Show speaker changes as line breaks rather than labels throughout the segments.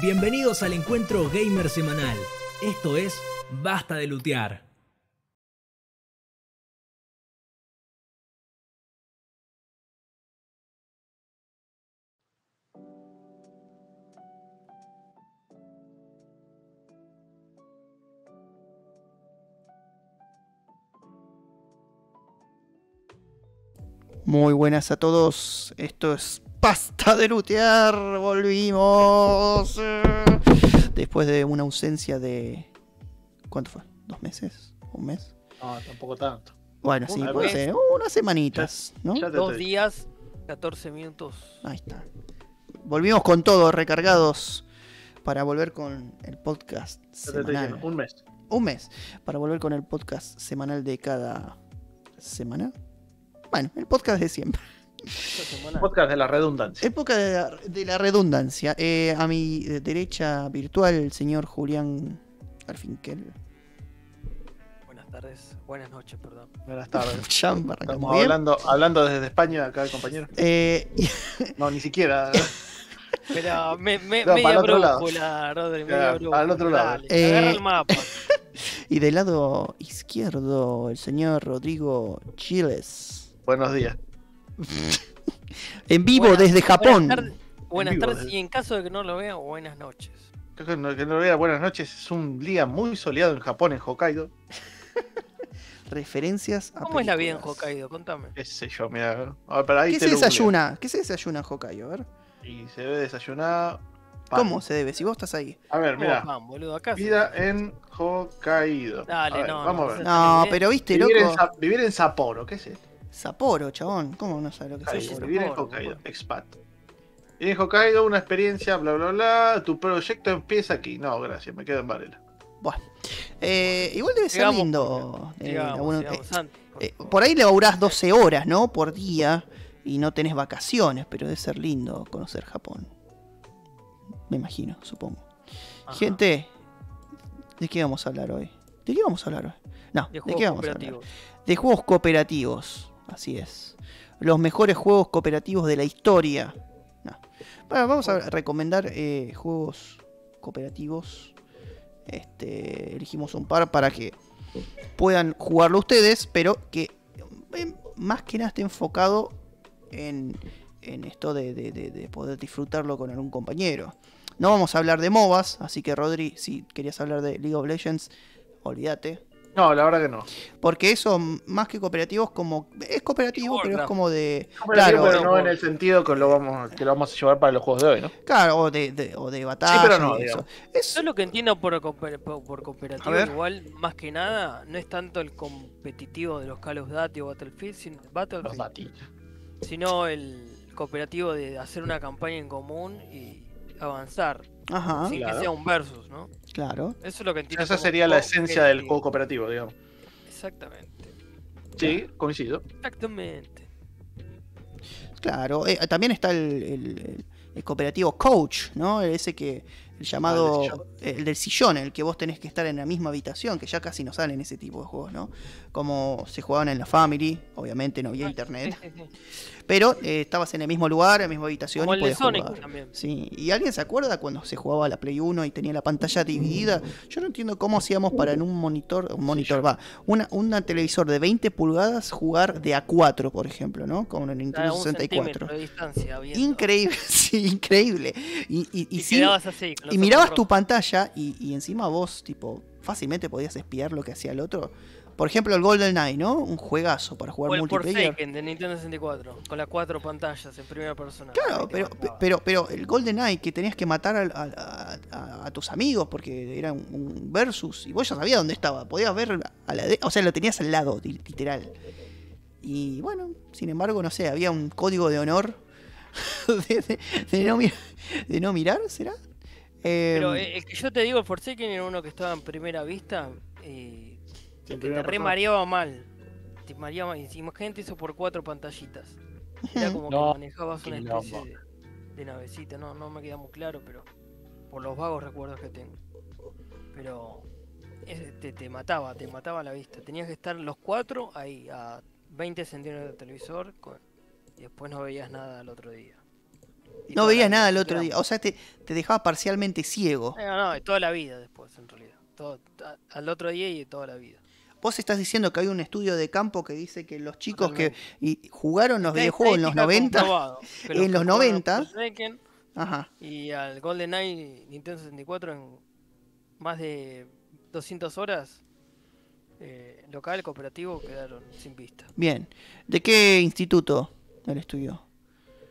Bienvenidos al encuentro gamer semanal. Esto es Basta de Lutear.
Muy buenas a todos. Esto es Pasta de Lutear. Volvimos. Eh, Después de una ausencia de. ¿Cuánto fue? ¿Dos meses? ¿Un mes?
No, tampoco tanto.
Bueno, sí,
Un
puede
mes.
ser. Unas semanitas, ¿no?
Ya te
Dos
estoy-
días, 14 minutos.
Ahí está. Volvimos con todo, recargados. Para volver con el podcast
ya te estoy diciendo,
semanal.
un mes.
Un mes. Para volver con el podcast semanal de cada semana. Bueno, el podcast de siempre.
Esta semana.
Podcast de la redundancia.
Época de la, de la redundancia. Eh, a mi derecha virtual, el señor Julián Garfinkel.
Buenas tardes, buenas noches, perdón.
Buenas tardes.
Ya arrancamos
Estamos
bien.
hablando, hablando desde España acá, compañero.
Eh, y-
No, ni siquiera. ¿eh?
Pero me, me,
No, para el
media
otro lado.
brújula, Rodri, media
Claro,
brújula.
al otro lado.
Dale,
Eh,
agarra el mapa.
y del lado izquierdo, el señor Rodrigo Chiles.
Buenos días.
En vivo
Buenas-
desde Japón.
Buenas, tardes- buenas
vivo,
tardes,
eh.
y en caso de que no lo vea, buenas noches.
Creo que no, que no vea buenas noches. Es un día muy soleado en Japón, en Hokkaido.
Referencias a
¿Cómo es la vida en
Ah, películas.
Hokkaido? Contame.
Qué sé yo, mira. Ah, pero ahí
¿Qué
te
se
lo googleo.
desayuna? ¿Qué se desayuna en Hokkaido? A ver.
Y se ve desayunada. pan.
¿Cómo se debe? Si vos estás ahí.
A ver,
¿Cómo
mira.
van, boludo? Acá se-
Vida en Hokkaido.
Dale,
A ver,
no,
Vamos
no,
a ver.
no tengo
No,
idea.
pero viste,
Vivir en,
Este loco.
Sa- vivir en Sapporo, ¿qué es esto?
Sapporo, chabón. ¿Cómo no sabes lo que
Ahí,
es
sí,
Sapporo?
vivir en
Sapporo,
Hokkaido,
Sapporo.
expat. Vivir en Hokkaido, una experiencia, bla, bla, bla. Tu proyecto empieza aquí. No, gracias, me quedo en Varela.
Bueno. Eh, igual debe ser
Sigamos,
lindo. eh,
Sigamos,
alguno-
sigamos,
eh,
Santi, por
Eh,
favor.
por ahí laburás 12 horas, ¿no? Por día y no tenés vacaciones, pero debe ser lindo conocer Japón. Me imagino, supongo.
Ajá.
Gente, ¿de qué vamos a hablar hoy? ¿De qué vamos a hablar hoy? No, ¿de,
juegos
qué vamos a hablar?
cooperativos.
De juegos cooperativos, así es. Los mejores juegos cooperativos de la historia. No. Bueno, vamos a recomendar eh, juegos cooperativos. Este, elegimos un par para que puedan jugarlo ustedes, pero que eh, más que nada esté enfocado en, en esto de, de- de- de poder disfrutarlo con algún compañero. No vamos a hablar de MOBAs, así que Rodri, si querías hablar de League of Legends, olvídate.
No, la verdad que no.
Porque eso, m- más que cooperativos, como. Es cooperativo, pero es
Warcraft.
como de.
Claro, pero
Claro,
no en el sentido que lo, vamos, que lo vamos a llevar para los juegos de hoy, ¿no?
claro, o de, de- o de batalla.
pero no,
y eso.
digamos.
Es-
Yo lo que entiendo por, cooper- por- por
A
cooperativo,
ver.
igual, más que nada, no es tanto el competitivo de los Call of Duty o Battlefield, sino,
Los
Battlefield,
datis.
sino el cooperativo de hacer una campaña en común y avanzar,
Ajá,
sin
Claro.
que sea un versus, ¿no?
claro.
Eso es lo que entiendo.
Esa
como
sería la
juego
esencia del
cooperativo.
juego cooperativo, digamos.
Exactamente,
Sí, coincido.
exactamente.
Claro. Eh, también está el, el- el- el cooperativo coach, ¿no? El Ese que. El llamado. eh,
del sillón.
el del sillón, el que vos tenés que estar en la misma habitación, que ya casi no salen ese tipo de juegos, ¿no? Como se jugaban en la Family, obviamente no había internet.
Sí, sí, sí.
Pero eh, estabas en el mismo lugar, en la misma habitación
Como
y
el de
podías
Sonic
jugar.
también.
Sí, ¿y alguien se acuerda cuando se jugaba la Play 1 y tenía la pantalla dividida? Yo no entiendo cómo hacíamos para en un monitor, un monitor va, una, una televisor de 20 pulgadas jugar de A4, por ejemplo, ¿no? Con el
Cada
Nintendo
un
64.
centímetro de distancia. viendo.
Increíble, sí, increíble. Y, y, y
Y,
sí,
quedabas así, con los
y
ojos
mirabas tu
rojos.
pantalla y, y encima vos, tipo, fácilmente podías espiar lo que hacía el otro. Por ejemplo, el Golden Knight, ¿no? Un juegazo para
O
jugar
el
multiplayer.
Forsaken de Nintendo 64, con las cuatro pantallas en primera persona.
Claro,
Ahí te
pero,
mataba.
pero, pero el Golden Eye que tenías que matar al- a, a- a tus amigos porque era un, un versus y vos ya sabías dónde estaba, podías ver a la de- o sea, lo tenías al lado, li- literal. Y bueno, sin embargo, no sé, había un código de honor de, de- de no, mi- de no mirar, ¿será? Eh,
Pero el el que yo te digo, el Forsaken era uno que estaba en primera vista y
Sí, en
que
primera
te
persona.
remareaba mal. Te mareaba mal. Y Imagínate eso por cuatro pantallitas. Era como
No,
que manejabas una
quilombo.
especie de, de navecita. No, no me queda muy claro, pero por los vagos recuerdos que tengo. Pero ese te, te mataba, te mataba la vista. Tenías que estar los cuatro ahí a 20 centímetros del televisor con- y después no veías nada al otro día. Y
No
toda
veías
la
nada el
vida,
otro
digamos.
día. O sea, te, te dejaba parcialmente ciego.
Eh, No, no, y toda la vida después, en realidad. Todo- a- al otro día y toda la vida.
Vos estás diciendo que hay un estudio de campo que dice que los chicos
Totalmente.
que y jugaron los
Está
videojuegos en los 90.
estadística comprobado, que
en
que
los
jugaron
90.
al Tekken
Ajá.
Y al GoldenEye Nintendo 64 en más de 200 horas eh, local, cooperativo, quedaron sin vista.
Bien. ¿De qué instituto el estudio?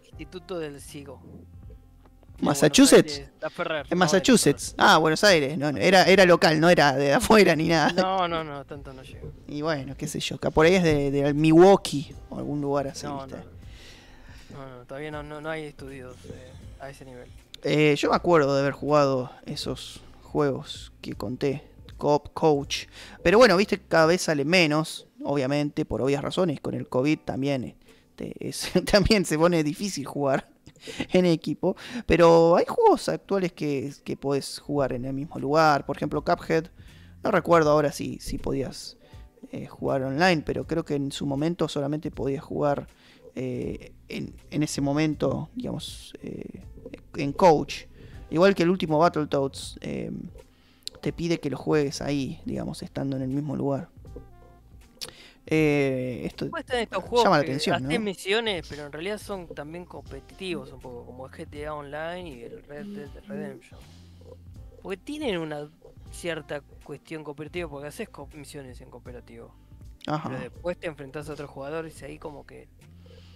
Instituto del SIGO. de Buenos
¿Massachusetts?
Aires, La Ferrer,
En
no,
Massachusetts. Ah, Buenos Aires. No, no, era, era local, no era de afuera ni
la
nada.
Ferrer. No, no, no, tanto no llega.
Y bueno, qué sé yo. Que por ahí es de, de Milwaukee o algún lugar así.
No,
¿viste?
no. No, no, todavía no, no, no hay estudios eh, a ese nivel.
Eh, yo me acuerdo de haber jugado esos juegos que conté, Cop Coach. Pero bueno, viste, cada vez sale menos, obviamente, por obvias razones. Con el COVID también, eh, te- es- también se pone difícil jugar en equipo. Pero hay juegos actuales que, que podés jugar en el mismo lugar. Por ejemplo, Cuphead. No recuerdo ahora si, si podías eh, jugar online, pero creo que en su momento solamente podías jugar eh, en, en ese momento, digamos, eh, en coach. Igual que el último Battletoads, eh, te pide que lo juegues ahí, digamos, estando en el mismo lugar. Eh, esto,
Después están estos
Llama
juegos
la
que
atención,
haces
¿no?
misiones, pero en realidad son también competitivos un poco, como el GTA Online y el Red Dead Redemption. Porque tienen una cierta cuestión cooperativa, porque haces co- misiones en cooperativo.
ajá.
Pero después te enfrentás a otro jugador y ahí como que...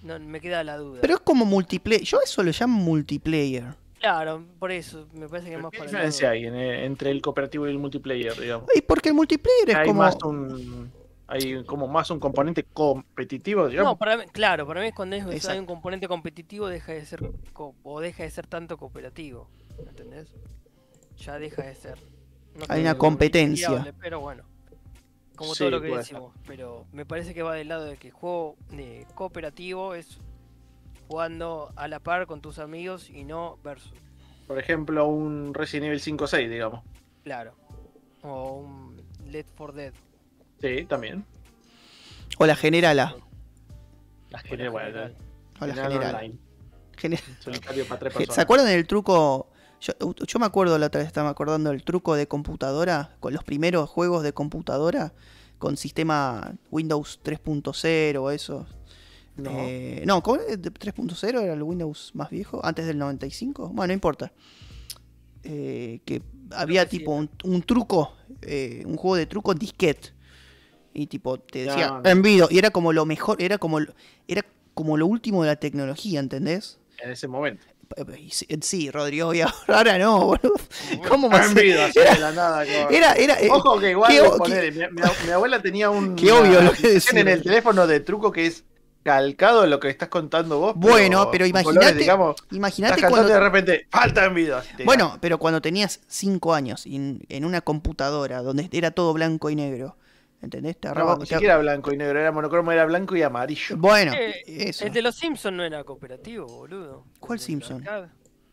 No, me queda la duda.
Pero es como multiplayer. Yo eso lo llamo multiplayer.
Claro, por eso, me parece que es más
¿Qué
para el
diferencia
lado-
hay en- eh, entre el cooperativo y el multiplayer, digamos?
Y porque el multiplayer es
hay
como.
más un hay como más un componente competitivo digamos
No, para mí- claro, para mí es cuando es- hay
Exacto.
un componente competitivo deja de ser co- o deja de ser tanto cooperativo, ¿entendés? Ya deja de ser. No
Hay
sé,
una
algo
competencia.
inviable, Pero bueno, como
Sí,
todo lo que
puede ser.
decimos, pero me parece que va del lado de que el juego de cooperativo es jugando a la par con tus amigos y no versus,
por ejemplo un Resident Evil 5 6 digamos
claro. O un Left for Dead.
sí también
O la generala.
las
por lo
general,
general.
O la generala.
online
Gener-
solitario para tres
¿Se
personas
acuerdan del truco? Yo, yo me acuerdo la otra vez, estaba acordando del truco de computadora, con los primeros juegos de computadora, con sistema Windows 3.0 o eso.
No.
Eh, no, ¿cómo era? ¿De 3.0 era el Windows más viejo, antes del 95. Bueno, no importa. Eh, que había
que sí,
tipo un, un truco, eh, un juego de truco disquete. Y tipo, te
Ya,
decía,
no.
envido. Y era como lo mejor, era como, lo- era como lo último de la tecnología, ¿entendés?
en ese momento
Y Sí, sí, Rodrigo, y ahora- ahora no, boludo. ¿Cómo va a
Ah, en
ser?
vivo, así de la nada como-
Era, era. eh,
Ojo que igual
qué
voy a
o-
poner, mi, mi- mi abuela tenía un
Qué obvio lo que
aplicación en
decís.
el teléfono de truco que es calcado en lo que estás contando vos.
Bueno, pero
con colores,
imagínate-
digamos, estás
Imagínate
cantando
cuando.
de repente, falta en vida.
Bueno, pero cuando tenías 5 años y en, en una computadora donde era todo blanco y negro, ¿entendés? Te
No,
arraba-
ni
te-
siquiera blanco y negro, era monocromo, era blanco y amarillo.
Bueno,
Eh,
eso.
El de los Simpsons no era cooperativo, boludo.
¿Cuál
El de
Simpson?
arcade.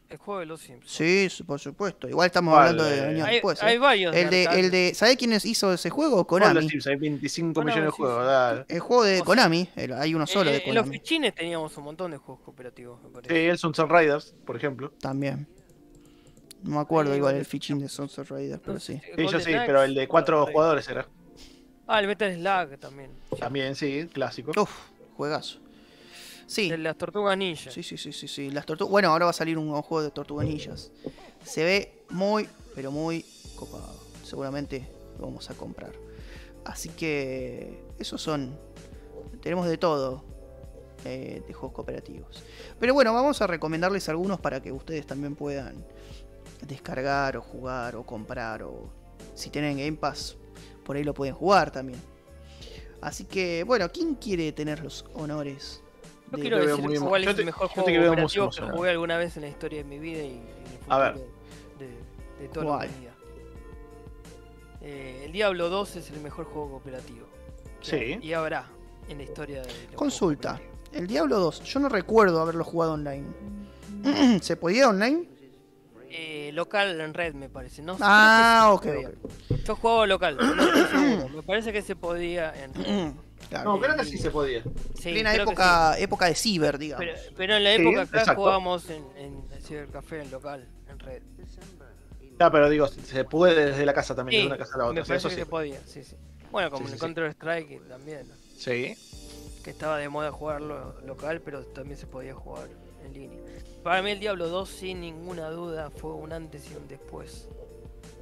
El juego de los Simpsons.
Sí, su- por supuesto. Igual estamos
Vale.
hablando de años
Hay,
después.
hay
¿eh?
varios.
El de,
arcade.
el de. ¿Sabés quién hizo ese juego?
Con los
Konami.
Simpsons, hay 25
Con
millones de
los
juegos.
Simpsons.
dale.
El juego de
sea,
Konami. el- hay uno solo
Eh,
de
en los
Konami.
fichines teníamos un montón de juegos cooperativos, me parece.
Sí, el Sunset Riders, por ejemplo.
También. No me acuerdo
Eh,
igual el
varios-
fichín de Sunset Riders, pero sí.
eh,
Sí, yo sí,
GoldenEye,
pero el de cuatro
Golden Eye.
jugadores era.
Ah, el Metal Slug también.
También, sí, clásico.
Uf, juegazo. Sí,
De las tortugas ninja.
sí, sí, sí, sí, sí. Las tortugas. Bueno, ahora va a salir un nuevo juego de tortuganillas. Se ve muy, pero muy copado. Seguramente lo vamos a comprar. Así que esos son. Tenemos de todo eh, de juegos cooperativos. Pero bueno, vamos a recomendarles algunos para que ustedes también puedan descargar o jugar o comprar o si tienen Game Pass por ahí lo pueden jugar también. Así que bueno, ¿quién quiere tener los honores?
Yo
de-
quiero
te veo
decir
muy emo-
cuál es
yo
el
te- yo
mejor
te
juego
veo muy
cooperativo que
emocionado.
jugué alguna vez en la historia de mi vida y, y en el futuro
A ver.
de, de toda la
¿Cuál?
humanidad. Eh, el Diablo 2 es el mejor juego cooperativo.
Sí.
Y habrá en la historia de los juegos
Consulta.
cooperativos.
El Diablo 2, yo no recuerdo haberlo jugado online.
Mm.
¿Se podía online?
Eh, local en red, me parece. No, no sé
Ah,
si
ok,
se podía.
ok.
Mm,
Yo jugaba local, no estoy seguro. Me parece que se podía en red.
Claro.
No, creo que sí se podía.
Sí,
Plena
creo que
época, época de ciber,
sí.
digamos.
Pero, pero en la
Sí,
época acá
exacto.
jugábamos en, en el cibercafé, en local, en red.
Ya, pero digo, se puede desde la casa también,
Sí,
de una casa a la otra.
me
sí, eso
parece que
sí.
se podía, sí, sí. Bueno,
Sí,
como en
sí,
el
sí.
Counter Strike también,
Sí.
que estaba de moda jugarlo local, pero también se podía jugar en línea. Para mí el Diablo 2 sin ninguna duda fue un antes y un después.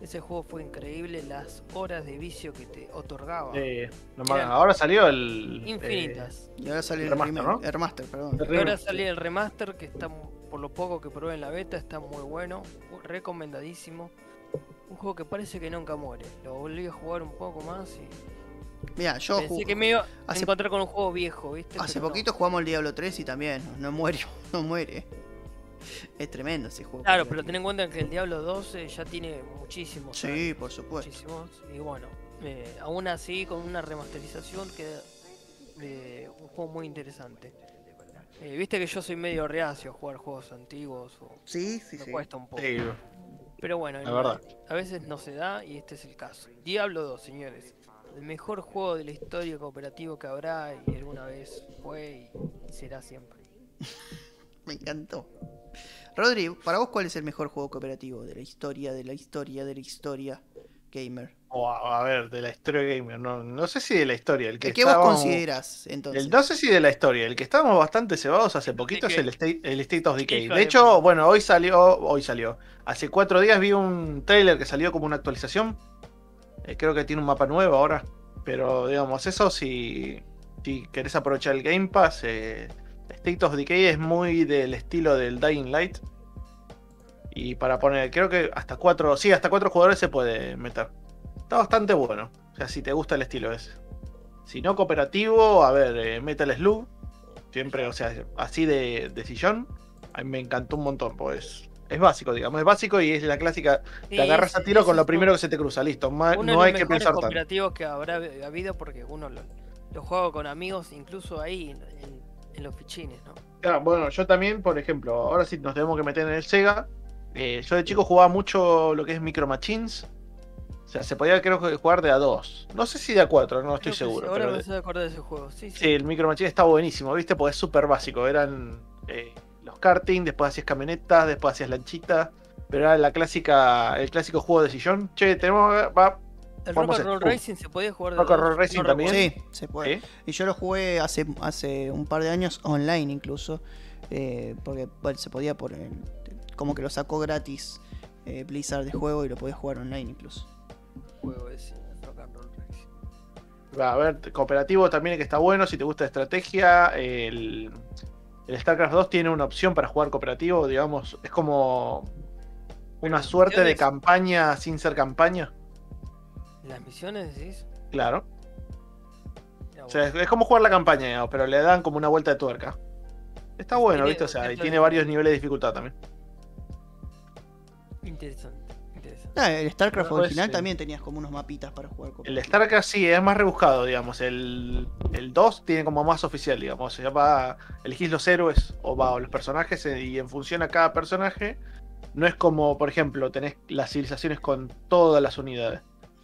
Ese juego fue increíble, las horas de vicio que te otorgaba.
Eh, no más-
Eran
ahora salió el. eh,
infinitas.
Y ahora sale el
Remaster,
remake,
¿no?
el remaster, perdón.
Y ahora
Terrible.
sale el remaster que está mu- por lo poco que probé en la beta, está muy bueno, u- recomendadísimo. Un juego que parece que nunca muere. Lo volví a jugar un poco más y
Mira, yo
pensé
ju-
que me iba a
hace-
encontrar con un juego viejo, ¿viste?
hace
Pero no.
poquito jugamos el Diablo 3 y también no, no muere, no muere. Es tremendo ese juego.
Claro, pero ten en cuenta que el Diablo 2 eh, ya tiene muchísimos. años,
Sí, por supuesto.
muchísimos. Y bueno, eh, aún así con una remasterización queda eh, un juego muy interesante. Eh, Viste que yo soy medio reacio a jugar juegos antiguos, o
Sí, sí,
me
sí.
cuesta un poco.
Sí,
Pero bueno,
La verdad.
a veces no se da y este es el caso. Diablo 2, señores. El mejor juego de la historia cooperativo que habrá y alguna vez fue y será siempre.
Me encantó. Rodri, ¿para vos cuál es el mejor juego cooperativo de la historia, de la historia, de la historia gamer?
o a, a ver, de la historia gamer. No, no sé si de la historia. El que,
¿Qué, vos
estábamos-
considerás entonces?
el- no sé si de la historia. El que estábamos bastante cebados hace poquito es
Decay.
el State, el State of Decay.
Hijo
De
de
hecho, bueno, hoy salió. Hoy salió. Hace cuatro días vi un trailer que salió como una actualización. Eh, creo que tiene un mapa nuevo ahora. Pero digamos, eso si, si querés aprovechar el Game Pass, eh, State of Decay es muy del estilo del Dying Light. Y para poner, creo que hasta cuatro, sí, hasta cuatro jugadores se puede meter. Está bastante bueno. O sea, si te gusta el estilo ese. Si no cooperativo, a ver, eh, Metal Slug. Siempre, o sea, así de, de sillón. A mí me encantó un montón, pues. Es básico, digamos, es básico y es la clásica. Te
Sí,
agarras
ese-
a tiro
ese
con lo
es
primero
un-
que se te cruza, listo. ma-
uno
no
de
hay
los
que
mejores
pensar tanto.
cooperativos que habrá habido porque uno lo, lo juega con amigos, incluso ahí en, en- en los fichines, ¿no?
Claro, bueno, yo también, por ejemplo, ahora sí nos tenemos que meter en el Sega. eh, yo de chico jugaba mucho lo que es Micro Machines. O sea, se podía creo que jugar de a dos. No sé si de a cuatro, no estoy
Creo que sí,
seguro.
Ahora
pero
me
de-
estoy acordar de ese juego. Sí, sí.
Sí, el Micro Machines está buenísimo, ¿viste? Porque es súper básico. Eran eh, los karting, después hacías camionetas, después hacías lanchitas. Pero era la clásica, el clásico juego de sillón. Che, tenemos. Va,
el Rock
vamos a-
and Roll
uh,
Racing se podía jugar de
Rock and
dos,
Roll Racing
no
también.
recuerdo.
Sí, se puede.
¿eh?
Y yo lo jugué hace, hace un par de años online incluso, eh, porque bueno, se podía por eh, como que lo sacó gratis eh, Blizzard de juego y lo podías jugar online incluso.
Juego ese, el Rock and Roll Racing.
Va a ver, cooperativo también que está bueno, si te gusta estrategia, el, el StarCraft 2 tiene una opción para jugar cooperativo, digamos, es como una suerte de
misiones.
campaña sin ser campaña,
Las misiones decís.
claro.
Mirá
O
vos.
sea, es, es como jugar la campaña, digamos, pero le dan como una vuelta de tuerca. Está bueno,
Tiene-
¿viste? O sea, y
esto-
tiene varios niveles de dificultad también.
Interesante, interesante.
Ah, el StarCraft
Pero
original
ese-
también tenías como unos mapitas para jugar
El
cooperativo.
StarCraft sí es más rebuscado, digamos. El, el 2 tiene como más oficial, digamos. O sea, va, elegís los héroes o, va, o los personajes eh, y en función a cada personaje. No es como, por ejemplo, tenés las civilizaciones con todas las unidades.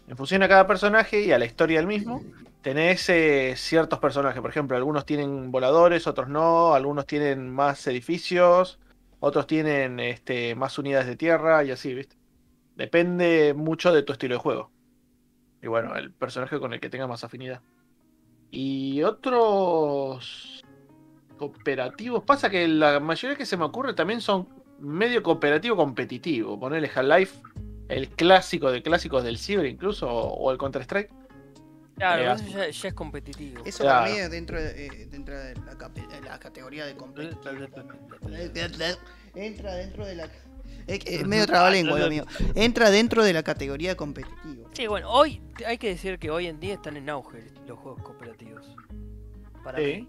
En función a cada personaje y a la historia del mismo, tenés eh, ciertos personajes. Por ejemplo, algunos tienen voladores, otros no. Algunos tienen más edificios, otros tienen este, más unidades de tierra y así, ¿viste? Depende mucho de tu estilo de juego. Y bueno, el personaje con el que tenga más afinidad. Y otros cooperativos. Pasa que la mayoría que se me ocurre también son medio cooperativo competitivo. Ponerle Half-Life, el clásico de clásicos del Ciber incluso, o, o el Counter-Strike.
Claro,
Eh,
eso ya, ya es competitivo.
Eso
Claro.
también es dentro de, eh, dentro de la, cape- de la categoría de competitivo. Entra dentro de la... Es que es medio trabalengua, lo mío. Entra dentro de la categoría competitivo.
Sí, bueno, hoy hay que decir que hoy en día están en auge los juegos cooperativos. Para
Sí.
mí,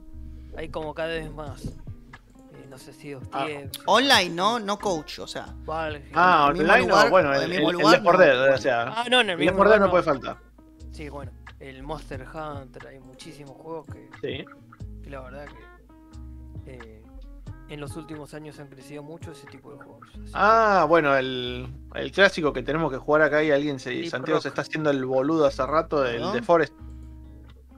hay como cada vez más. Eh, no sé si os
Ah,
Online, ¿no, no coach, o sea.
Ah,
el mismo
online no,
lugar,
bueno,
o
el,
el
el,
mismo
el
lugar,
Left 4
no.
Dead, o sea,
Ah, no, en el
el Left
mismo
4 Dead
lugar
no puede faltar.
Sí, bueno, el Monster Hunter, hay muchísimos juegos que,
Sí.
que la verdad que eh, en los últimos años han crecido mucho ese tipo de juegos. Así que-
Ah, bueno, el, el clásico que tenemos que jugar acá y alguien se,
Deep
Santiago se
Rock.
está haciendo el boludo hace rato, el
¿No?
de Forest.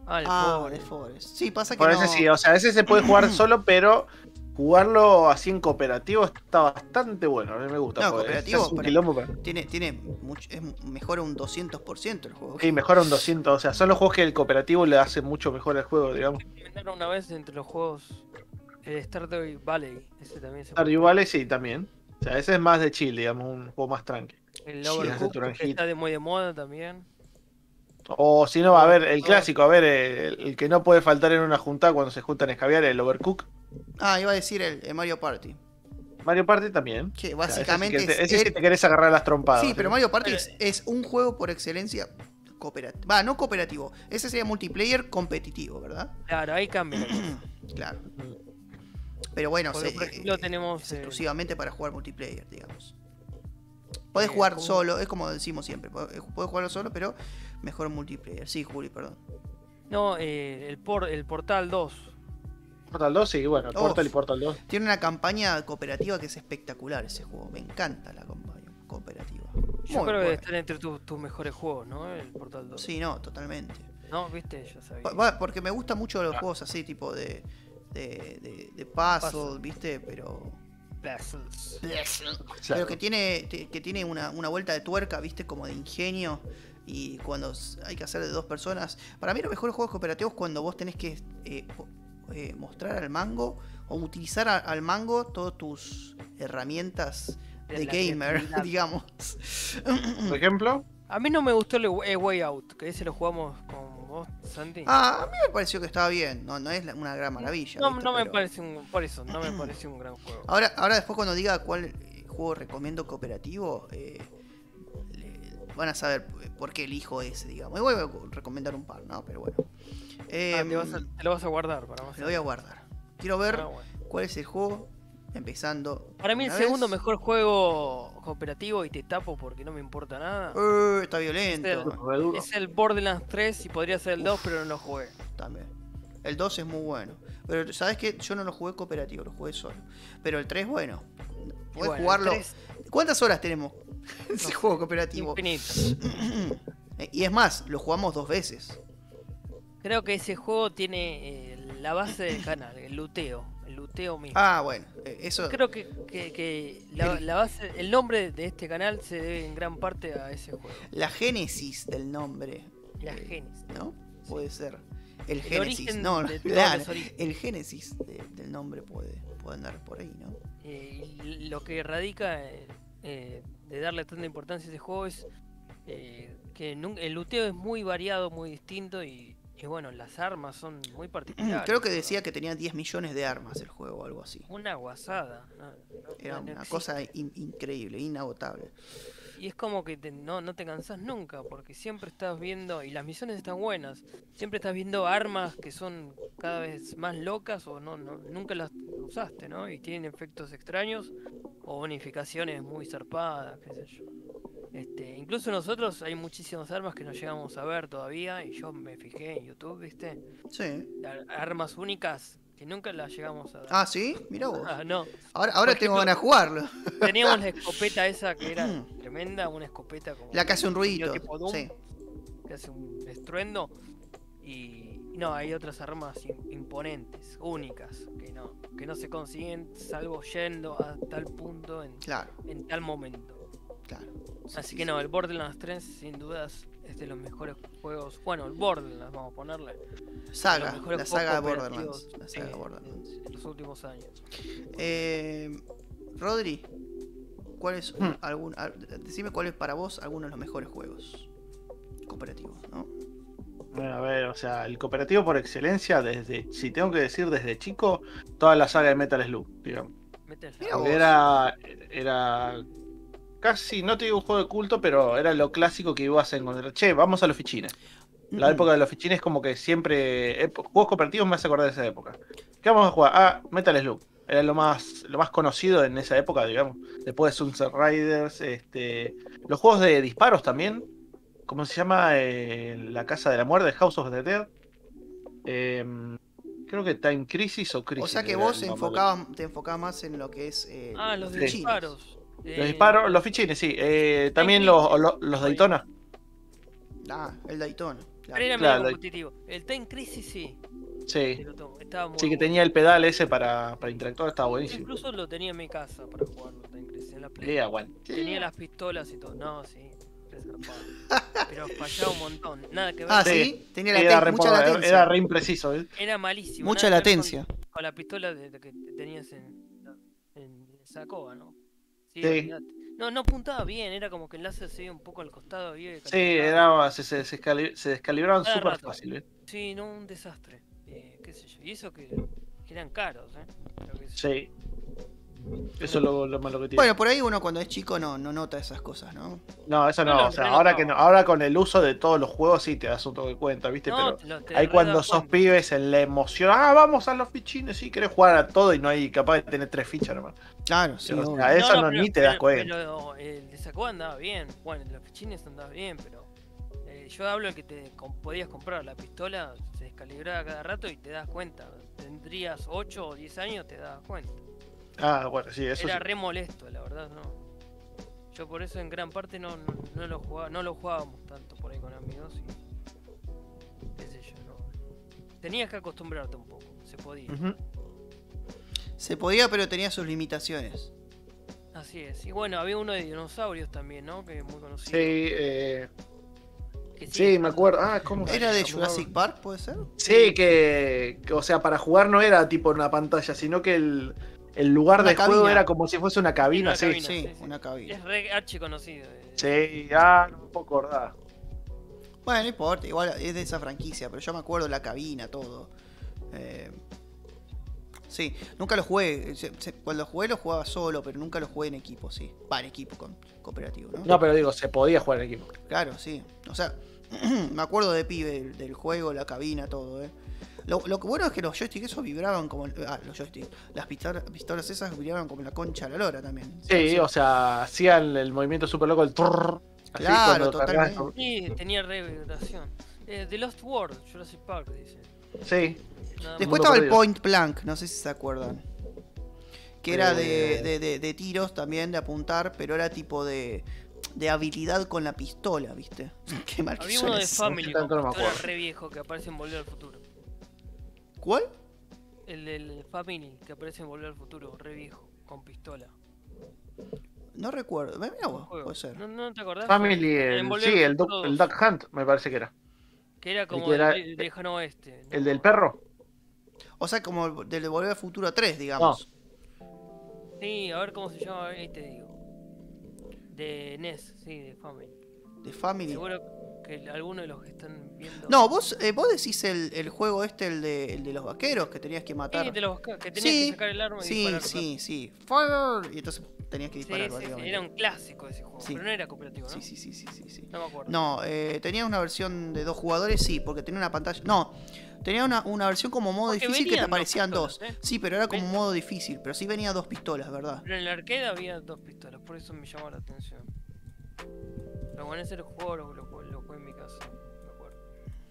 Ah, el
Ah,
pobre.
de Forest. Sí, pasa que
Por
no...
ese sí, o sea, ese se puede jugar solo, pero jugarlo así en cooperativo está bastante bueno. A mí me gusta.
No,
porque
cooperativo,
es un
pero-
quilombo, pero-
tiene, tiene mucho, es mejora un 200% el juego.
Sí, mejora un 200. O sea, son los juegos que el cooperativo le hace mucho mejor al juego, digamos.
recomendaron una vez entre los juegos el Stardew Valley. Ese también se
Stardew Valley sí, también. O sea, ese es más de chill, digamos, un juego más tranqui.
El
Sí,
hace tu
Overcooked que
naranjita.
está de muy de moda también.
O si no, a ver, el clásico, a ver, eh, el, el que no puede faltar en una junta cuando se juntan a escabiar, el Overcook.
Ah, iba a decir el, el Mario Party.
Mario Party también.
Que
O sea, ese sí que
básicamente
te-
es-
ese sí
es-
te querés agarrar las trompadas.
Sí, pero Mario Party
Bueno,
es, es un juego por excelencia cooperativo. Va, no cooperativo. Ese sería multiplayer competitivo, ¿verdad?
Claro, ahí cambia. la cosa.
Claro. Pero bueno,
Porque,
se-
Mm. por ejemplo,
eh,
tenemos,
es
eh,
exclusivamente para jugar multiplayer, digamos. Podés
Eh,
jugar
¿cómo?
solo, es como decimos siempre, podés podés jugarlo solo, pero mejor multiplayer. Sí, Juli, perdón.
No, eh, el, por, el Portal 2.
Portal 2, sí, bueno,
Uf.
Portal y Portal 2.
Tiene una campaña cooperativa que es espectacular ese juego. Me encanta la campaña cooperativa.
Yo
Muy
creo que
buena.
están entre tus, tus mejores juegos, ¿no? El Portal 2.
Sí, no, totalmente.
¿No? ¿Viste? Ya sabía.
Pa- pa- Porque me gustan mucho
Ah.
los juegos así, tipo de, de, de- de puzzle,
Puzzle.
¿viste? Pero.
Puzzles.
Pero que tiene, te- que tiene una, una vuelta de tuerca, ¿viste? Como de ingenio. Y cuando s- hay que hacer de dos personas. Para mí, los mejores juegos cooperativos es cuando vos tenés que eh, po- eh, mostrar al mango o utilizar a- al mango todas tus herramientas de
De la
gamer,
creatividad.
digamos.
Por ejemplo,
A mí no me gustó el Way- el Way Out, que ese lo jugamos con vos, Santi.
Ah, a mí me pareció que estaba bien. No, no es la- una gran maravilla.
no,
¿viste?
no me
Pero- Ah,
parece un, por eso, no me pareció un gran juego. Ah,
Ahora, ahora después cuando diga cuál eh, juego recomiendo cooperativo, eh, le- van a saber p- por qué elijo ese, digamos. Y voy a co- recomendar un par, ¿no? Pero bueno.
Ah,
Em,
te, vas a- te lo vas a guardar para más.
Lo voy a guardar. Quiero ver
Ah, bueno.
cuál es el juego, empezando...
Para mí el
una
segundo
vez.
mejor juego cooperativo, y te tapo porque no me importa nada,
Eh, está
Este-
violento.
re duro.
es el Borderlands 3 y podría ser el 2, pero no lo jugué.
También. El 2 es muy bueno. Pero sabes que yo no lo jugué cooperativo, lo jugué solo. Pero el 3, bueno.
Y
Puedes
bueno, el
jugarlo.
3,
¿Cuántas horas tenemos? ese juego cooperativo.
infinito.
Eh, Y es más, lo jugamos dos veces.
Creo que ese juego tiene eh, la base del canal, el luteo, el luteo mismo.
Ah, bueno, eh, eso.
Creo que, que- que la, la base, el nombre de este canal se debe en gran parte a ese juego,
La génesis del nombre,
la
Eh,
Genesis.
¿no? Puede ser. El,
El
génesis,
origen
no,
de todos
claro.
los orígenes.
El génesis de- del nombre puede, puede andar por ahí, ¿no?
Eh, y lo que radica eh, eh, de darle tanta importancia a ese juego es eh, que nun- el luteo es muy variado, muy distinto y, y bueno, las armas son muy particulares.
Creo que decía que tenía 10 millones de armas el juego o algo así.
Una guasada. no- no-
Era
no
una
existe.
cosa in- increíble, inagotable.
Y es como que te- no, no te cansás nunca, porque siempre estás viendo, y las misiones están buenas, siempre estás viendo armas que son cada vez más locas o no, no nunca las usaste, ¿no? Y tienen efectos extraños o bonificaciones muy zarpadas, qué sé yo. Este, incluso nosotros hay muchísimas armas que no llegamos a ver todavía, y yo me fijé en YouTube, ¿viste?
Sí.
Ar- Armas únicas que nunca las llegamos a ver.
Ah, sí, mira vos.
Ah, no.
Ahora, ahora
por
tengo
ejemplo-
ganas de jugarlo.
Teníamos la escopeta esa que era tremenda, una escopeta como
La que hace un
medio
ruidito.
tipo Doom,
Sí.
que hace un estruendo. Y y no, hay otras armas im- imponentes, únicas, que no, que no se consiguen salvo yendo a tal punto en,
Claro,
en tal momento.
claro. Sí,
Así
sí,
que
sí.
no, el Borderlands 3 sin dudas es de los mejores juegos. Bueno, el Borderlands vamos a ponerle. de los
Saga,
mejores
la
juegos
saga de
cooperativos,
Borderlands. La saga
sí,
Borderlands.
en- En los últimos años.
Eh, Rodri, ¿cuál es
Hmm.
algún, al- decime cuál es para vos alguno de los mejores juegos cooperativos, ¿no?
Bueno, a ver, o sea, el cooperativo por excelencia, desde, si tengo que decir desde chico, toda la saga de Metal Slug, digamos.
Métela.
Mirá vos.
Porque Era, era casi, no te digo un juego de culto, pero era lo clásico que ibas a encontrar. Che, vamos a los fichines. La época de los fichines como que siempre. epo- Juegos cooperativos me hace acordar de esa época. ¿Qué vamos a jugar? Ah, Metal Slug. Era lo más, lo más conocido en esa época, digamos. Después de Sunset Riders, este. Los juegos de disparos también. ¿Cómo se llama? Eh, la Casa de la Muerte, House of the Dead. Em, creo que Time Crisis o Crisis.
o sea que
era
vos
eh, el nombre.
enfocabas, te enfocabas más en lo que es eh,
Ah, los
Sí.
disparos.
Los
Eh,
disparos, los fichines, sí. Eh, también
Crisis.
los, los, los Daytona.
Ah, el Daytona.
Pero era
Claro,
medio
lo-
competitivo. El Time Crisis sí. te
Sí.
lo tomo, Estaba muy
Sí, que
bueno.
tenía el pedal ese para, para interactuar, estaba buenísimo.
Incluso lo tenía en mi casa para jugarlo el Time Crisis en la Play.
Sí, aguante.
Tenía las pistolas y todo. No, sí. re zarpado. Pero fallaba un montón. Nada que ver.
Ah,
Sí.
sí, tenía
Era,
laten-
re
mucha
pobre, era-
latencia.
era re impreciso. ¿eh?
Era malísimo.
mucha
nada que ver con-
latencia.
Con, la pistola de- de que tenías en, en Sacoa, ¿no?
Sí.
olvidate. No, no apuntaba bien. Era como que el láser se iba un poco al costado. y
Sí, era, se, se, se descali- se descalibraban
Cada
súper
rato.
fácil. ¿eh?
Sí, no, un desastre. Eh, qué sé yo. Y eso que, que eran caros, ¿eh? Pero qué sé yo.
Sí. Eso es lo, lo malo que tiene.
Bueno, por ahí uno cuando es chico no, no nota esas cosas, ¿no?
no, eso no.
no,
o sea,
no,
ahora
no.
que no, ahora con el uso de todos los juegos sí te das un toque de cuenta, ¿viste?
No,
Pero
te lo- te
ahí
re
cuando
das
sos
cuenta.
pibes en la emoción, ah, vamos a los fichines, sí, querés jugar a todo y no hay capaz de tener tres fichas, hermano.
Claro, sí.
Sí, o
obvio.
sea, A eso no, ni te das cuenta.
Pero eh, el de Sacoa andaba bien. Bueno, el de los pichines andaba bien, pero. eh, yo hablo el que te com- podías comprar. La pistola se descalibraba cada rato y te das cuenta. Tendrías 8 o 10 años, te das cuenta.
Ah, bueno, sí, eso
Era
sí.
re molesto, la verdad, no. Yo por eso en gran parte no, no, no lo, jugaba, no lo jugábamos tanto por ahí con amigos y. qué sé yo, no. Tenías que acostumbrarte un poco, se podía.
Ujú.
Se podía, pero tenía sus limitaciones.
Así es. Y bueno, había uno de dinosaurios también, ¿no? Que es muy
Sí,
conocido.
eh,
que sigue
sí, me acuerdo. Ah, ¿cómo se
¿Era de
llamaba?
Jurassic Park, puede ser?
Sí, que, que, o sea, para jugar no era tipo una pantalla, sino que el, el lugar
Una
de juego
cabina.
era como si fuese una cabina,
Una
sí.
cabina.
sí,
sí, sí.
una cabina.
Es re archi conocido. eh.
Sí, ah, no me puedo acordar.
Bueno, no importa, igual es de esa franquicia, pero yo me acuerdo la cabina, todo. Eh, sí, nunca lo jugué. se- se- Cuando jugué lo jugaba solo, pero nunca lo jugué en equipo, sí. Va, en equipo, con cooperativo, ¿no?
No, pero digo, se podía jugar en equipo.
Claro, sí. O sea, me acuerdo de pibe, del juego, la cabina, todo, ¿eh? Lo, lo que bueno es que los joysticks esos vibraban como... Ah, los joysticks. Las pistola- pistolas, esas vibraban como la concha de la lora también.
Sí, o sea, hacían el movimiento súper loco, el turr. Así
Claro,
cuando
totalmente.
cargabas.
Sí, tenía re vibración. Eh, The Lost World, Jurassic Park, dice.
Sí,
Nada
Después
Mundo
estaba el
perdido.
Point Blank, no sé si se acuerdan. Que era de,
Eh.
de- de- de tiros también, de apuntar, pero era tipo de, de habilidad con la pistola, ¿viste? Qué mal que
Había
suena
uno de
eso.
Family,
Yo tanto no me
con que era
acuerdo.
re viejo que aparece en Volver al Futuro.
¿Cuál?
El del Family que aparece en Volver al Futuro, re viejo, con pistola.
No recuerdo. Mira vos,
Juego.
Oh, puede ser.
¿No, no te acordás?
Family,
En
el-
Volver
sí, el,
al Futuro
Duck-
2,
el Duck Hunt me parece que era.
Que era como
que era-
el, de- lejano oeste.
¿El del perro?
O sea, como del de Volver al Futuro 3, digamos.
Sí, a ver cómo se llama, ahí te digo. De NES, sí, de Family.
De Family.
Seguro que alguno de los que están viendo.
No, vos, eh, vos decís el, el juego este, el de, el de los vaqueros, que tenías que matar.
Sí, te lo buscaba, que tenías
Sí,
que sacar el arma y
sí,
disparar.
sí, sí. Fire. Y entonces tenías que
Sí,
disparar.
sí, sí,
básicamente.
era un clásico ese juego,
Sí.
pero no era cooperativo, ¿no?
sí, sí, sí, sí, sí, sí.
No me acuerdo.
No, eh, tenía una versión de dos jugadores, sí, porque tenía una pantalla. No, tenía una, una versión como modo
Porque
difícil que te
venían dos
aparecían dos.
pistolas, ¿eh?
Sí, pero era como
Ven-
modo difícil, pero sí venía dos pistolas, ¿verdad?
Pero en el arcade había dos pistolas, por eso me llamó la atención. Pero con ese lo juego, lo, lo, lo jugué en mi casa. Me acuerdo.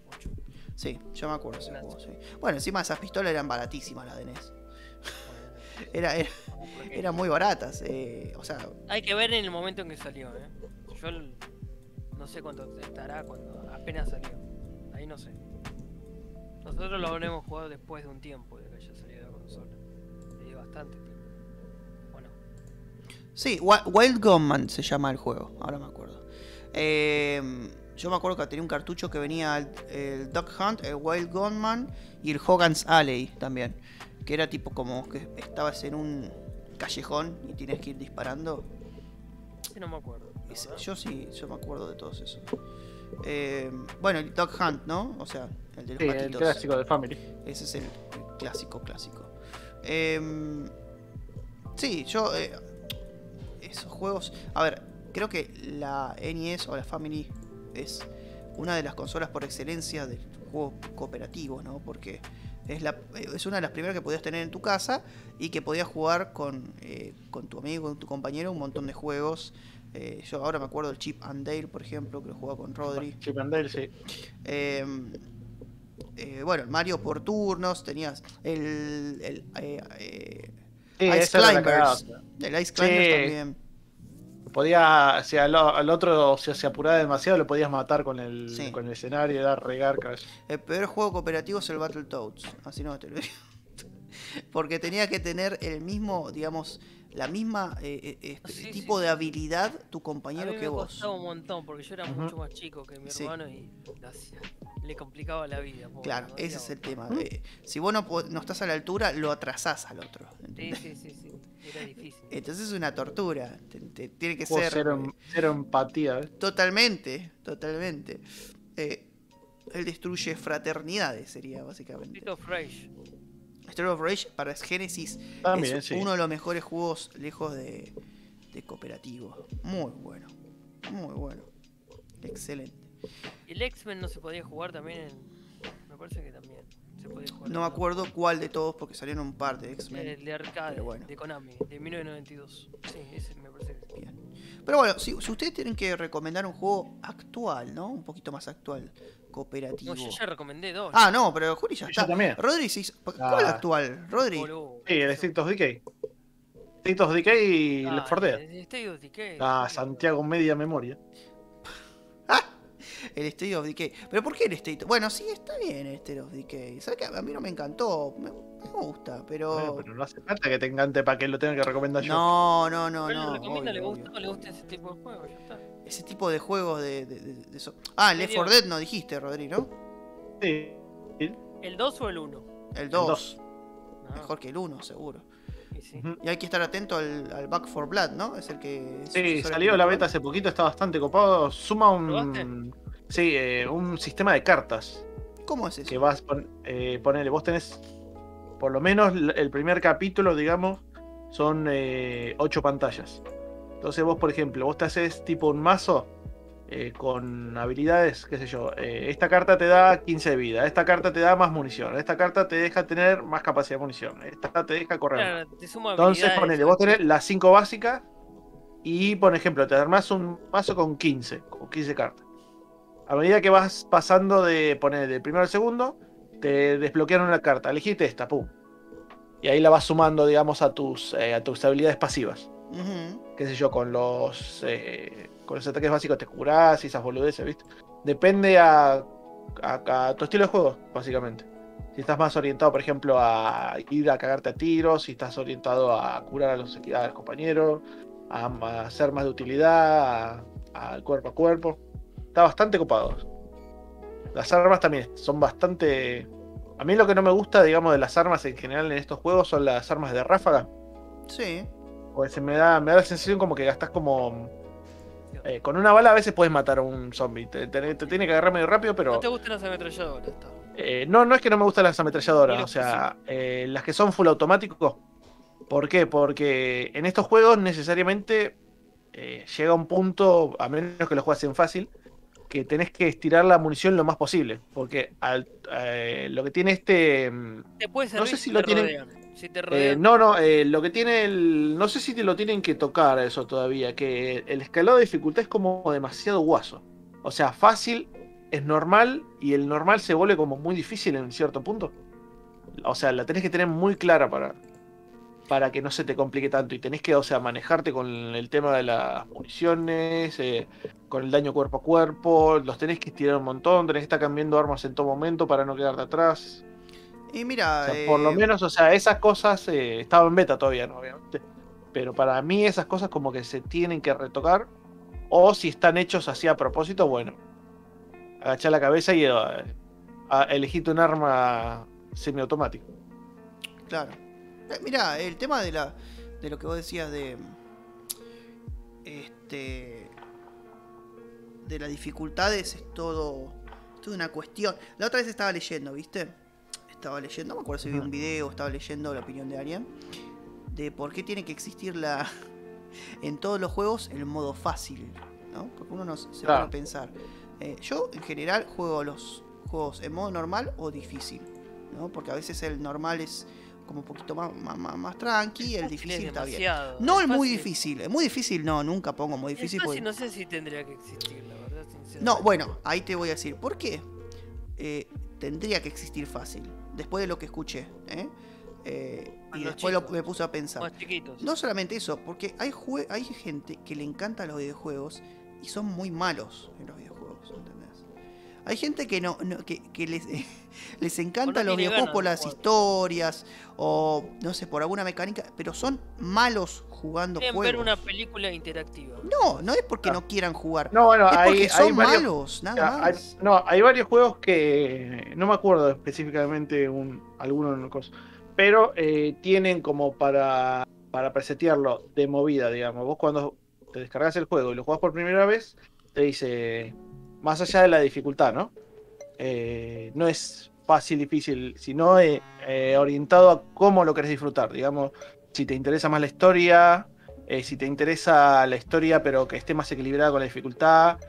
Mucho.
Sí, yo me acuerdo ese
Gracias.
juego, sí. Bueno, encima esas pistolas eran baratísimas las de NES. Era, era-
Porque
eran muy baratas. eh, o sea,
Hay que ver en el momento en que salió, ¿eh? Yo el- no sé cuánto estará cuando apenas salió. Ahí no sé. Nosotros lo habremos jugado después de un tiempo de que haya salido la consola. Le dio bastante tiempo. Bueno,
Sí, Wi- Wild Gunman se llama el juego, ahora me acuerdo. Eh, yo me acuerdo que tenía un cartucho que venía el, el Duck Hunt, el Wild Gunman y el Hogan's Alley también. Que era tipo como que estabas en un callejón y tienes que ir disparando.
ese no me acuerdo. la
Es-
verdad.
yo sí, yo me acuerdo de todos esos. Eh, bueno, el Duck Hunt, ¿no? O sea, el de los
Sí, el
gatitos.
clásico de Family.
Ese es el, el clásico, clásico. Em, sí, yo. eh, esos juegos. A ver, creo que la NES o la Family es una de las consolas por excelencia del juego cooperativo, ¿no? Porque es, la, eh, es una de las primeras que podías tener en tu casa y que podías jugar con, eh, con tu amigo, con tu compañero, un montón de juegos. Eh, yo ahora me acuerdo del Chip and Dale, por ejemplo, que lo jugaba con Rodri.
Chip and Dale, sí.
Eh, eh, bueno, el Mario por turnos, tenías el, el, eh, eh,
Sí,
Ice
esa era la
Climbers.
cagada.
el Ice Climbers
Sí.
también.
Podía, si al, al otro si se apuraba demasiado, lo podías matar con el,
Sí.
con el escenario, era regar cabeza.
El peor juego cooperativo es el Battletoads. Así no te lo digo. Porque tenía que tener el mismo, digamos, la misma eh, eh, espe-
Sí,
tipo
sí,
de habilidad tu
A
compañero
mí
que
me
vos.
costaba un montón porque yo era
Ujú.
mucho más chico que mi
Sí.
hermano y lo hacía- le complicaba la vida. pobre,
Claro,
lo
ese
odiaba.
es el tema. eh, si vos no, po- no estás a la altura, lo atrasás al otro.
Sí, sí, sí, sí. Era difícil.
Entonces es una tortura. te- te- tiene que
Juego
ser.
cero,
eh,
em- cero empatía. ¿eh?
Totalmente, totalmente. Eh, él destruye fraternidades, sería básicamente.
Street of Rage.
Street of Rage para Genesis
También,
es
Ah, sí.
uno de los mejores juegos lejos de, de cooperativo. Muy bueno, muy bueno. Excelente.
El X-Men no se podía jugar también en- Me parece que también se podía jugar.
No me
en-
acuerdo cuál de todos porque salieron un par de X-Men.
El de arcade,
Pero bueno.
de Konami, de 1992. Sí, ese me parece que
Bien. Pero bueno, si, si ustedes tienen que recomendar un juego actual, ¿no? Un poquito más actual, cooperativo.
No, yo ya recomendé dos.
Ah, no, pero Juli ya
Yo
está.
también.
Rodri, sí, ¿cuál
Ah.
actual? Rodri.
boludo.
Sí, el Street of Decay. Street of Decay y
Ah,
Left 4 Dead.
el State of Decay,
Ah,
sí.
Santiago, media memoria.
El State of Decay. ¿Pero por qué el State? Bueno, sí, está bien el State of Decay. ¿Sabes que A mí no me encantó. Me, me gusta,
Bueno,
pero.
pero no hace falta que te encante para que lo tenga que recomendar yo.
Oh. No, no, no,
Bueno,
no.
recomienda,
obvio,
le gusta,
obvio.
le gusta ese tipo de juegos, ya está.
Ese tipo de juegos de. de- de- de eso. Ah, Left 4 Dead no dijiste, Rodri, ¿no?
Sí.
¿El 2 o el 1?
El
dos.
2. Mejor que el 1, seguro.
Ah, sí.
Ujú.
Y hay que estar atento al, al Back 4 Blood, ¿no? Es el que. es
Sí,
sucesor
salió la beta
espiritual.
hace poquito, está bastante copado. Suma un.
¿Probaste?
Sí, eh, un sistema de cartas.
¿Cómo es eso?
Que vas. pon- eh, ponele, vos tenés. Por lo menos l- el primer capítulo, digamos, son eh, ocho pantallas. Entonces vos, por ejemplo, vos te haces tipo un mazo eh, con habilidades, qué sé yo. eh, esta carta te da 15 de vida, esta carta te da más munición, esta carta te deja tener más capacidad de munición, esta te deja correr. más.
Claro, te suma
Entonces,
habilidades,
ponele, vos tenés las 5 básicas y, por ejemplo, te armás un mazo con 15, con 15 cartas. A medida que vas pasando de, poner del primero al segundo, te desbloquearon una carta, elegiste esta, pum. Y ahí la vas sumando, digamos, a tus, eh, a tus habilidades pasivas.
Ujú.
Qué sé yo, con los, eh, con los ataques básicos te curás y esas boludeces, ¿viste? Depende a, a- a tu estilo de juego, básicamente. Si estás más orientado, por ejemplo, a ir a cagarte a tiros, si estás orientado a curar a los, a los compañeros, a, a ser más de utilidad, a- al cuerpo a cuerpo. Está bastante copado. Las armas también son bastante. A mí lo que no me gusta, digamos, de las armas en general en estos juegos son las armas de ráfaga.
Sí.
Porque se me da, me da la sensación como que gastas como. eh, con una bala a veces puedes matar a un zombie. Te, te- te tiene que agarrar medio rápido, pero.
No te gustan las ametralladoras, está.
eh, no, no es que no me gustan las
Y
ametralladoras. O
los
sea, eh, las que son full automático. ¿Por qué? Porque en estos juegos necesariamente eh, llega un punto, a menos que lo juegues en fácil, que tenés que estirar la munición lo más posible. Porque al- eh, lo que tiene este. mm,
Te puede
No
servir
sé si
te
lo tienen-
rodean. Si te
eh,
rodean.
no, no, eh, lo que tiene el. No sé si te lo tienen que tocar eso todavía. Que el escalado de dificultad es como demasiado guaso. O sea, fácil es normal y el normal se vuelve como muy difícil en cierto punto. O sea, la tenés que tener muy clara para. Para que no se te complique tanto. Y tenés que, o sea, manejarte con el tema de las municiones. eh, con el daño cuerpo a cuerpo. Los tenés que estirar un montón. Tenés que estar cambiando armas en todo momento para no quedarte atrás.
Y mira.
O sea, por lo
eh,
menos, o sea, esas cosas eh, estaban en beta todavía, ¿no? Obviamente. Pero para mí esas cosas como que se tienen que retocar. O si están hechos así a propósito, bueno. Agachá la cabeza y eh, a- elegite un arma semiautomática.
Claro. Mira, el tema de la de lo que vos decías de este de las dificultades es todo es toda una cuestión. La otra vez estaba leyendo, ¿viste? Estaba leyendo, no me acuerdo si vi un video, estaba leyendo la opinión de alguien de por qué tiene que existir la en todos los juegos el modo fácil, ¿no? Porque uno no se se pone
Claro.
a pensar. Eh, yo en general juego los juegos en modo normal o difícil, ¿no? Porque a veces el normal es como un poquito más, más, más, más tranqui, el
Fácil es
difícil está bien.
demasiado,
No el muy
fácil-
difícil, el muy difícil no, nunca pongo muy
el
difícil.
fácil
porque-
no sé si tendría que existir, la verdad, sinceramente.
No, bueno, ahí te voy a decir, ¿por qué? Eh, tendría que existir fácil, después de lo que escuché, ¿eh? Eh,
A
y
los
después lo-
chicos.
me puse a pensar.
Más chiquitos.
No solamente eso, porque hay, jue- hay gente que le encantan los videojuegos y son muy malos en los videojuegos, ¿entendés? Hay gente que no, no- que, que les, les encantan
O no
los
tiene
videojuegos
ganas
por
de
las
jugar.
historias o no sé, por alguna mecánica, pero son malos jugando
Quieren
juegos.
ver una película interactiva.
No, no es porque
Ah.
no quieran jugar.
No, bueno,
es porque
hay,
son
hay varios.
malos, nada
Ah, hay-
más.
no, hay varios juegos que no me acuerdo específicamente un, alguno en el coso, pero eh, tienen como para, para presetearlo de movida, digamos. Vos cuando te descargas el juego y lo jugás por primera vez, te dice, más allá de la dificultad, ¿no? Eh, no es fácil, difícil, sino eh, eh, orientado a cómo lo querés disfrutar, digamos, si te interesa más la historia, eh, si te interesa la historia pero que esté más equilibrada con la dificultad,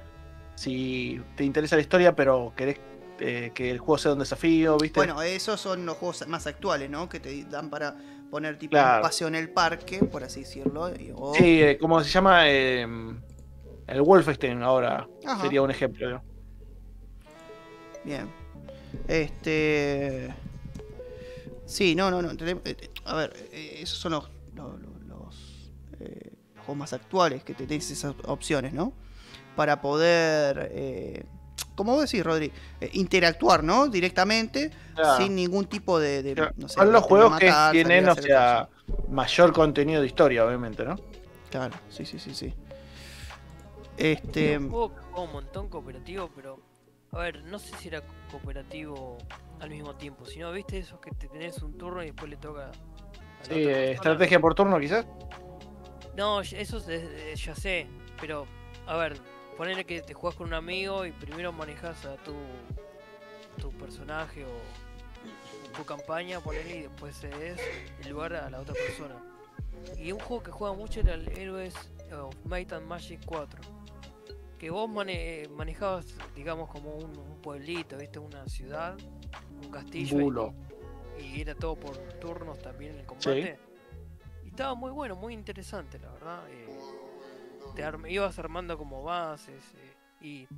si te interesa la historia, pero querés eh, que el juego sea un desafío, ¿viste?
Bueno, esos son los juegos más actuales, ¿no? Que te dan para poner tipo un
Claro.
paseo en el parque, por así decirlo. y- o-
sí, eh, ¿cómo se llama? Eh, el Wolfenstein ahora
Ajá. Eh,
sería un ejemplo. ¿no?
Bien. Este. Sí, no, no, no. tenem- eh, eh, A ver, eh, esos son los, lo- lo- los, eh, los juegos más actuales que tenés esas opciones, ¿no? Para poder, eh, como vos decís, Rodri, eh, interactuar, ¿no? Directamente,
Claro.
sin ningún tipo de. de,
Claro.
no sé,
Son los
de
juegos que
matar, salir
tienen,
a
o
hacer otra
sea, mayor contenido de historia, obviamente, ¿no?
cosa. Claro, sí, sí, sí, sí. Este.
Un juego que jugaba un montón cooperativo, pero. A ver, no sé si era co- cooperativo al mismo tiempo. Si no, viste esos que te tenés un turno y después le toca. a la
Sí,
otra
eh,
persona?
estrategia por turno, quizás.
No, ya- eso es- eh, ya sé. Pero, a ver, ponele que te jugás con un amigo y primero manejás a tu, tu personaje o tu campaña, ponele, y después es el lugar a la otra persona. Y un juego que juega mucho era el Héroes of Might and Magic 4. Que vos mane- manejabas, digamos, como un, un pueblito, ¿viste? Una ciudad, un castillo. y-
Bulo.
y era todo por turnos también el combate. Y estaba muy bueno, muy interesante, la verdad. eh, te arm- ibas armando como bases. eh, y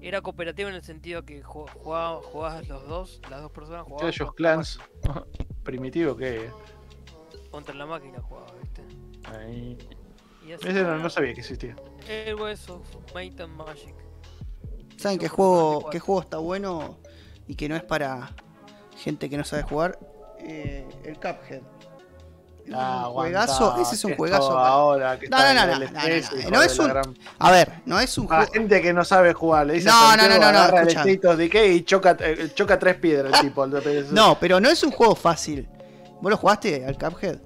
era cooperativo en el sentido que ju- jugaba- jugabas los dos, las dos personas jugaban.
Clash of
contra la
Clans. Primitivo que.
máquina- Contra la máquina jugaba, ¿viste?
ahí.
Y así
Ese no,
era
no sabía que existía.
Héroes of Might and Magic.
¿Saben qué
Super
juego,
64?
qué juego está bueno y que no es para gente que no sabe jugar? Eh, el Cuphead.
Ah,
un juegazo,
aguanta,
ese es un
esto
juegazo.
Ahora que
No,
está
no,
en
no,
el
no, no,
FPS,
no,
hijo
no
de
es
la
un-
gran- Ah,
A ver, no es un
A la
juego.
gente que no sabe jugar, le dice
No,
a
no, no,
Santiago,
no, no,
agarra el
escuchá.
State of Decay y choca, eh, choca tres piedras el tipo. el de-
No, pero no es un juego fácil. ¿Vos lo jugaste al Cuphead?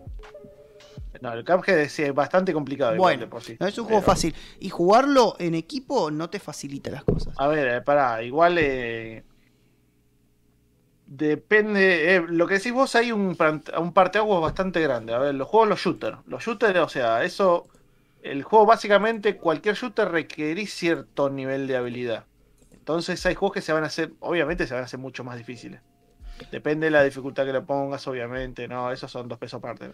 No, el Cuphead es eh, bastante complicado. igual
Bueno,
de por sí.
No es un juego
Pero-
fácil. Y jugarlo en equipo no te facilita las cosas.
A ver, eh, pará, igual. eh, depende. eh, lo que decís vos, hay un, plant- un parteaguas bastante grande. A ver, los juegos, los shooters. Los shooters, o sea, eso. El juego, básicamente, cualquier shooter requerís cierto nivel de habilidad. Entonces, hay juegos que se van a hacer. Obviamente, se van a hacer mucho más difíciles. Depende de la dificultad que le pongas, obviamente. No, esos son dos pesos aparte.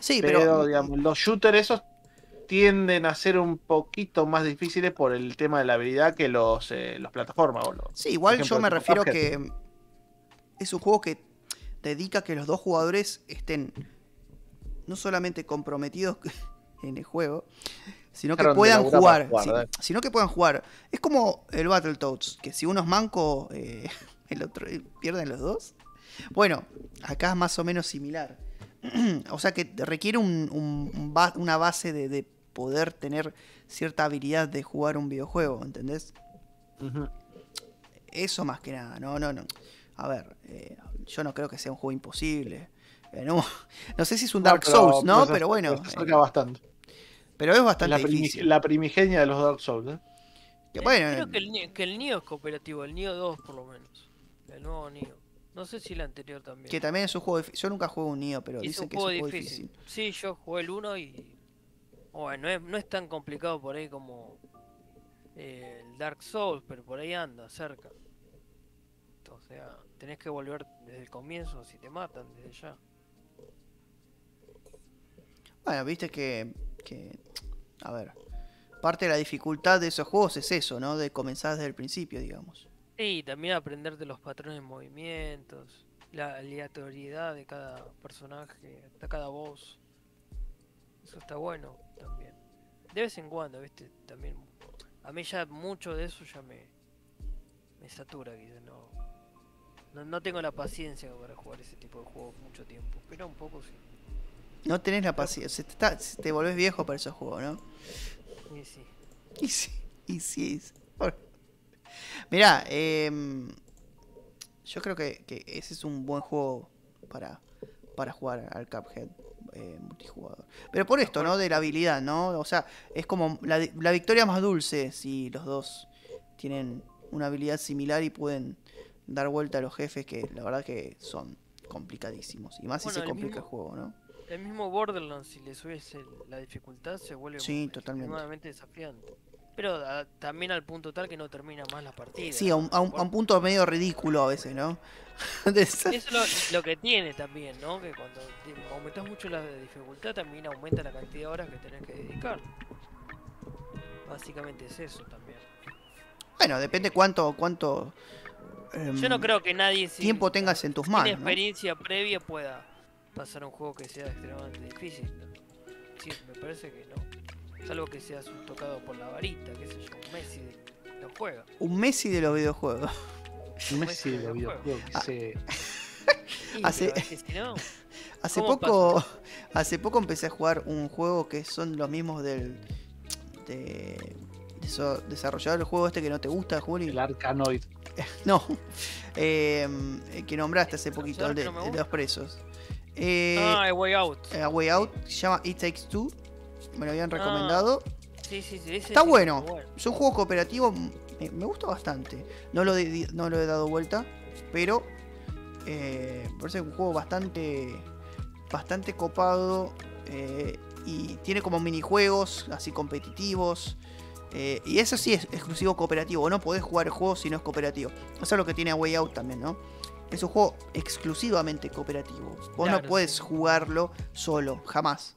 Sí,
pero,
pero.
digamos, los shooters esos tienden a ser un poquito más difíciles por el tema de la habilidad que los, eh, los plataformas. o los-
Sí, igual
por ejemplo,
yo me
tipo
refiero
Cuphead.
que es un juego que dedica a que los dos jugadores estén no solamente comprometidos en el juego, sino que
Dejaron de
puedan
laburar
jugar,
para jugar,
sí,
dale.
sino que puedan jugar. Es como el Battletoads, que si uno es manco, eh, el otro eh, pierden los dos. Bueno, acá es más o menos similar. o sea que requiere un- un- un ba- una base de, de poder tener cierta habilidad de jugar un videojuego, ¿entendés? Eso más que nada, no, no, no. A ver, eh, yo no creo que sea un juego imposible. Eh, no, no sé si es un Dark
pero- pues,
Souls, ¿no?
se-
Pero bueno,
se
eh,
acerca bastante.
pero es
La,
bastante
primi-
difícil.
la primigenia de los Dark Souls. ¿eh?
Que
Eh,
Bueno,
Creo que el, Ni- que el Nioh es cooperativo, el Nioh 2 por lo menos. El nuevo Nioh. No sé si el anterior también.
que también es un juego difícil. Yo nunca juego un Nioh, pero
Y es
dicen
un
que es un
juego
juego
difícil.
difícil.
Sí, yo jugué el 1 y. Bueno, no es, no es tan complicado por ahí como eh, el Dark Souls, pero por ahí anda, cerca. O sea, tenés que volver desde el comienzo si te matan desde ya.
Bueno, viste que, que- A ver, parte de la dificultad de esos juegos es eso, ¿no? De comenzar desde el principio, digamos.
Sí, y también aprenderte los patrones de movimientos. la aleatoriedad de cada personaje, de cada voz. Eso está bueno también. De vez en cuando, viste, también. A mí ya mucho de eso ya me. Me satura, quizás. No, no, no tengo la paciencia para jugar ese tipo de juegos mucho tiempo. Pero un poco sí.
No tenés la paciencia. Se Te, está- se te volvés viejo para esos juegos, ¿no?
Y sí.
Y sí, y sí. y sí. Por- Mirá, em, yo creo que, que ese es un buen juego para, para jugar al Cuphead eh, multijugador. Pero por esto, ¿no? De la habilidad, ¿no? O sea, es como la, di- la victoria más dulce si los dos tienen una habilidad similar y pueden dar vuelta a los jefes que la verdad que son complicadísimos. Y más si se
Bueno, el
complica el
mismo-
juego, ¿no?
El mismo Borderlands, si le subes el- la dificultad, se vuelve
Sí,
mu-
totalmente.
extremadamente desafiante. Pero a- también al punto tal que no termina más la partida.
Sí, a un, a un- a un punto medio ridículo a veces, ¿no? De esa-
Eso es lo, lo que tiene también, ¿no? Que cuando te- aumentas mucho la dificultad, también aumenta la cantidad de horas que tenés que dedicar. Básicamente es eso también.
Bueno, depende cuánto, cuánto
Yo no
em,
creo que nadie sin,
tiempo tengas en tus
sin
manos. ¿no?
experiencia previa pueda pasar un juego que sea extremadamente difícil. Sí, me parece que no. Salvo que seas un tocado por la varita, qué sé yo, un Messi lo juega.
Un Messi de los videojuegos.
Messi
Messi
de
de videojuegos.
videojuegos.
Sí.
Ah.
Sí,
Hace-
pero es que si no,
Hace
¿Cómo
poco, hace poco empecé a jugar un juego que son los mismos del de, de eso- desarrollador del juego este que no te gusta, Juli.
El Arcanoid.
No, Em, eh, que nombraste hace poquito, el de,
¿Desarrollador que no me
el de los presos. Eh,
ah, A Way Out.
A Way Out se llama It Takes Two. Me lo
Ah.
habían recomendado.
Sí, sí, sí, ese
Está
sí,
bueno. Es un juego cooperativo, mm, me, me gusta bastante. No lo, di- no lo he dado vuelta, pero eh, me parece un juego bastante, bastante copado eh, y tiene como minijuegos así competitivos. eh, y eso sí es exclusivo cooperativo. No podés jugar el juego si no es cooperativo. Eso es lo que tiene A Way Out también, ¿no? Es un juego exclusivamente cooperativo. Vos no
Claro,
puedes
sí.
jugarlo solo, jamás.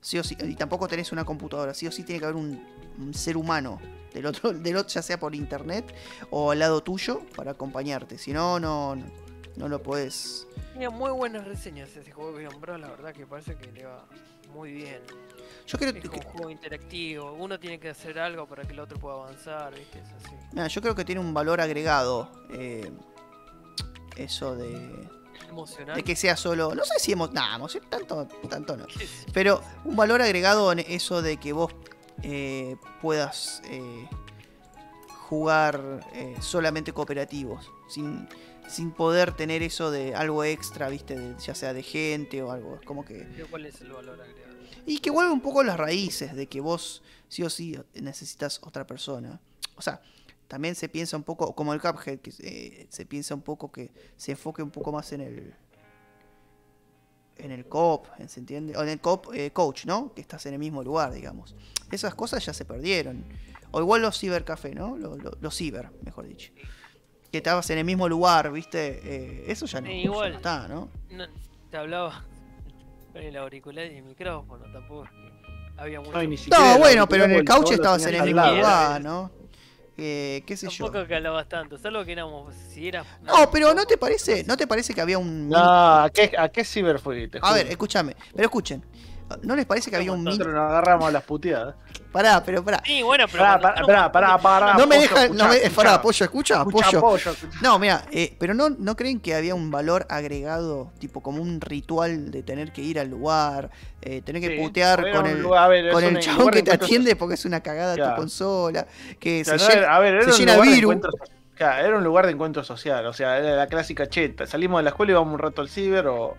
Sí o sí, y tampoco tenés una computadora. Sí o sí tiene que haber un, un ser humano del otro, del otro, ya sea por internet o al lado tuyo para acompañarte. Si no, no, no, no lo podés.
Tenía muy buenas reseñas ese juego que nombró, la verdad que parece que le va muy bien.
Yo creo
Es
que,
como un juego interactivo, uno tiene que hacer algo para que el otro pueda avanzar, ¿viste? Es así.
nada, yo creo que tiene un valor agregado eh, eso de, de
Emocionante.
que sea solo. No sé si hemos. Nada, emoción, tanto, tanto no.
¿Qué sé yo?
Pero un valor agregado en eso de que vos eh, puedas eh, jugar eh, solamente cooperativos, sin, sin poder tener eso de algo extra, viste, de- ya sea de gente o algo. Es como que.
Pero ¿Cuál es el valor agregado?
Y que vuelve un poco a las raíces de que vos sí o sí necesitas otra persona. O sea, también se piensa un poco, como el Cuphead, que eh, se piensa un poco que se enfoque un poco más en el. En el cop, ¿se entiende? O en el cop eh, coach, ¿no? Que estás en el mismo lugar, digamos. Esas cosas ya se perdieron. O igual los cibercafé, ¿no? Lo- lo- Los, ciber, mejor dicho. Que estabas en el mismo lugar, ¿viste? Eh, eso ya no,
Sí,
ya no
igual.
está, ¿no?
No, te hablaba con el auricular y el micrófono, tampoco es que había mucho.
No, y ni
No,
siquiera el
bueno, pero en el
auricular,
couch
vos lo
estabas en
tenías
el
al
mismo
lado.
lugar, ¿no? Eh, qué sé yo.
Tampoco que hablabas tanto, salvo que éramos, si era...
No, pero ¿no te parece, no te parece que había un... mini-
No, ¿a qué, a qué ciber fue? Te
A
juro.
ver, escúchame, pero escuchen. ¿No les parece que había un mini...
Nosotros nos agarramos a las puteadas.
Pará, pero pará.
Sí, bueno, pero...
Pará,
cuando
pará,
entró-
pará, pará, pará.
No me
Pollo,
dejan... No
escuchá,
me... Pará,
escuchá.
pollo, escucha,
Escuchá,
pollo.
pollo, escuchá.
No, mira, eh, pero no, no creen que había un valor agregado, tipo como un ritual de tener que ir al lugar, eh, tener que
Sí,
putear
era
con
un
el,
lugar- a ver, es
con el
un
chabón
lugar de
que te
encuentro-
atiende porque es una cagada tu
Claro.
consola, que
O sea,
se
no
llena-
era- a ver, era
se
un
llena
lugar de
virus.
encuentro social. Claro, era un lugar de encuentro social, o sea, era la clásica cheta. Salimos de la escuela y vamos un rato al ciber o,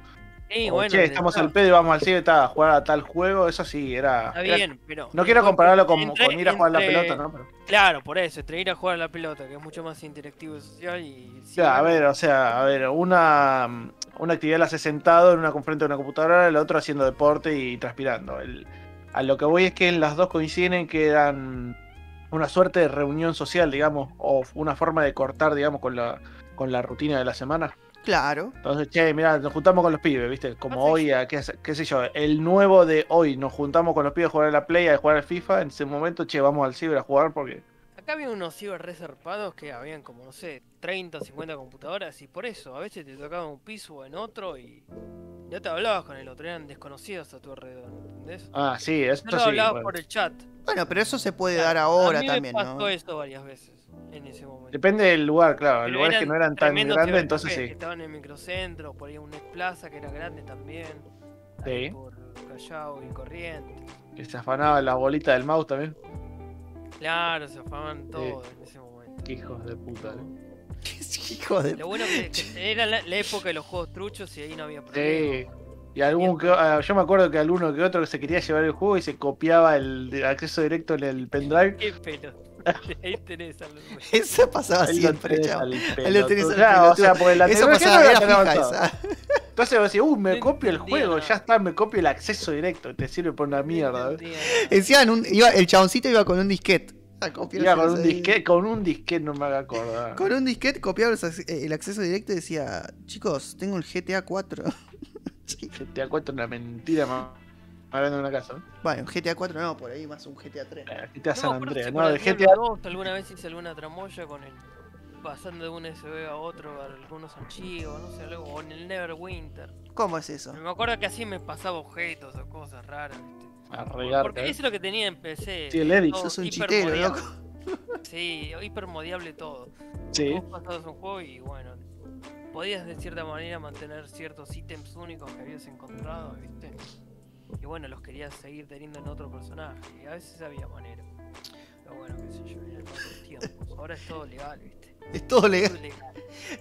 Sí,
o,
bueno,
che,
de-
estamos al pedo y vamos al ciber ta, a jugar a tal juego, eso sí, era...
Está
era-
bien, pero...
no quiero compararlo con,
Entre-
con ir a jugar a la
entre-
pelota, ¿no? Pero-
Claro, por eso, entre ir a jugar a la pelota, que es mucho más interactivo y social y... sí,
Ya, a
bueno,
ver, o sea, a ver, una, una actividad la hace sentado en una frente a una computadora, la otra haciendo deporte y transpirando. El- a lo que voy es que las dos coinciden en que eran una suerte de reunión social, digamos, o una forma de cortar, digamos, con la, con la rutina de la semana.
Claro.
Entonces, che, mira, nos juntamos con los pibes, ¿viste? Como
Perfecto.
hoy, a- qué, sé- qué sé yo, el nuevo de hoy, nos juntamos con los pibes a jugar a la Play, a jugar al FIFA, en ese momento, che, vamos al ciber a jugar porque...
está Acá había unos ciber reservados que habían como, no sé, 30 o 50 computadoras y por eso a veces te tocaba un piso o en otro y no te hablabas con el otro, eran desconocidos a tu alrededor, ¿entendés?
Ah, sí, eso
No lo
sí.
hablabas
bueno.
por el chat.
Bueno, pero eso se puede dar
a
ahora
mí
también,
me pasó
¿no?
eso varias veces en ese momento.
Depende del lugar, claro.
Pero
Lugares que no eran tan
tremendos eh.
grandes,
cibercafés
entonces
que
sí.
Estaban en el microcentro, por ahí un plaza que era grande también. ahí
Sí.
Por Callao y Corrientes.
Que se afanaba la bolita del mouse también.
Claro, se afaban todos en ese momento.
Qué hijos de puta. ¿no?
Hijo de...
Lo bueno que, que era la, la época de los juegos truchos y ahí no había problema.
Sí. Y algún que- ah, yo me acuerdo que alguno que otro que se quería llevar el juego y se copiaba el de- acceso directo en el pendrive.
Qué pelo. Ahí tenés a los güeyes.
Eso pasaba
Ahí lo
Ah, siempre,
tenés
chaval.
al
Ahí lo tenés
pelotudo.
al
Claro, o sea,
pelotudo.
porque la
Eso
tecnología
pasaba,
no
era
tan
fija
avanzada.
esa.
Entonces vos decís, uh, me
No
copio el
entendía
juego,
nada.
ya está, me copio el acceso directo, te sirve por una mierda. ¿eh?
Entendía.
Encima en un- iba- el chaboncito iba con un disquete. Ah, a copiar
Iba
el
con un
acceso-
disquete, con un disquete no me haga acordar.
Con un disquete copiaba los ac- el acceso directo y decía, chicos, tengo el GTA 4.
Que te acuerdo una mentira más. Hablando de una casa, ¿no?
bueno, GTA 4 no, por ahí más un GTA 3.
Eh, GTA
No
San
me acuerdo
Andreas,
si
¿no?
con
De
el
GTA.
Diablo 2 alguna vez hice alguna tramoya con el pasando de un SB a otro, algunos archivos, no sé, algo, o en el Neverwinter.
¿Cómo es eso?
Me acuerdo que así me pasaba objetos o cosas raras, ¿viste?
Arregarte.
Porque
¿eh?
eso es lo que tenía en PC.
Sí, el Edix.
todo
Sos un
hipermodiable.
chitero, loco.
Sí, hipermodiable todo.
Sí.
Vos pasabas un juego y bueno, podías de cierta manera mantener ciertos ítems únicos que habías encontrado, ¿viste? Y bueno, los querías seguir teniendo en otro personaje. Y a veces había manera. Pero bueno, qué sé yo, eran otros tiempos. Ahora es todo legal, ¿viste?
Es todo
Todo
legal.
legal.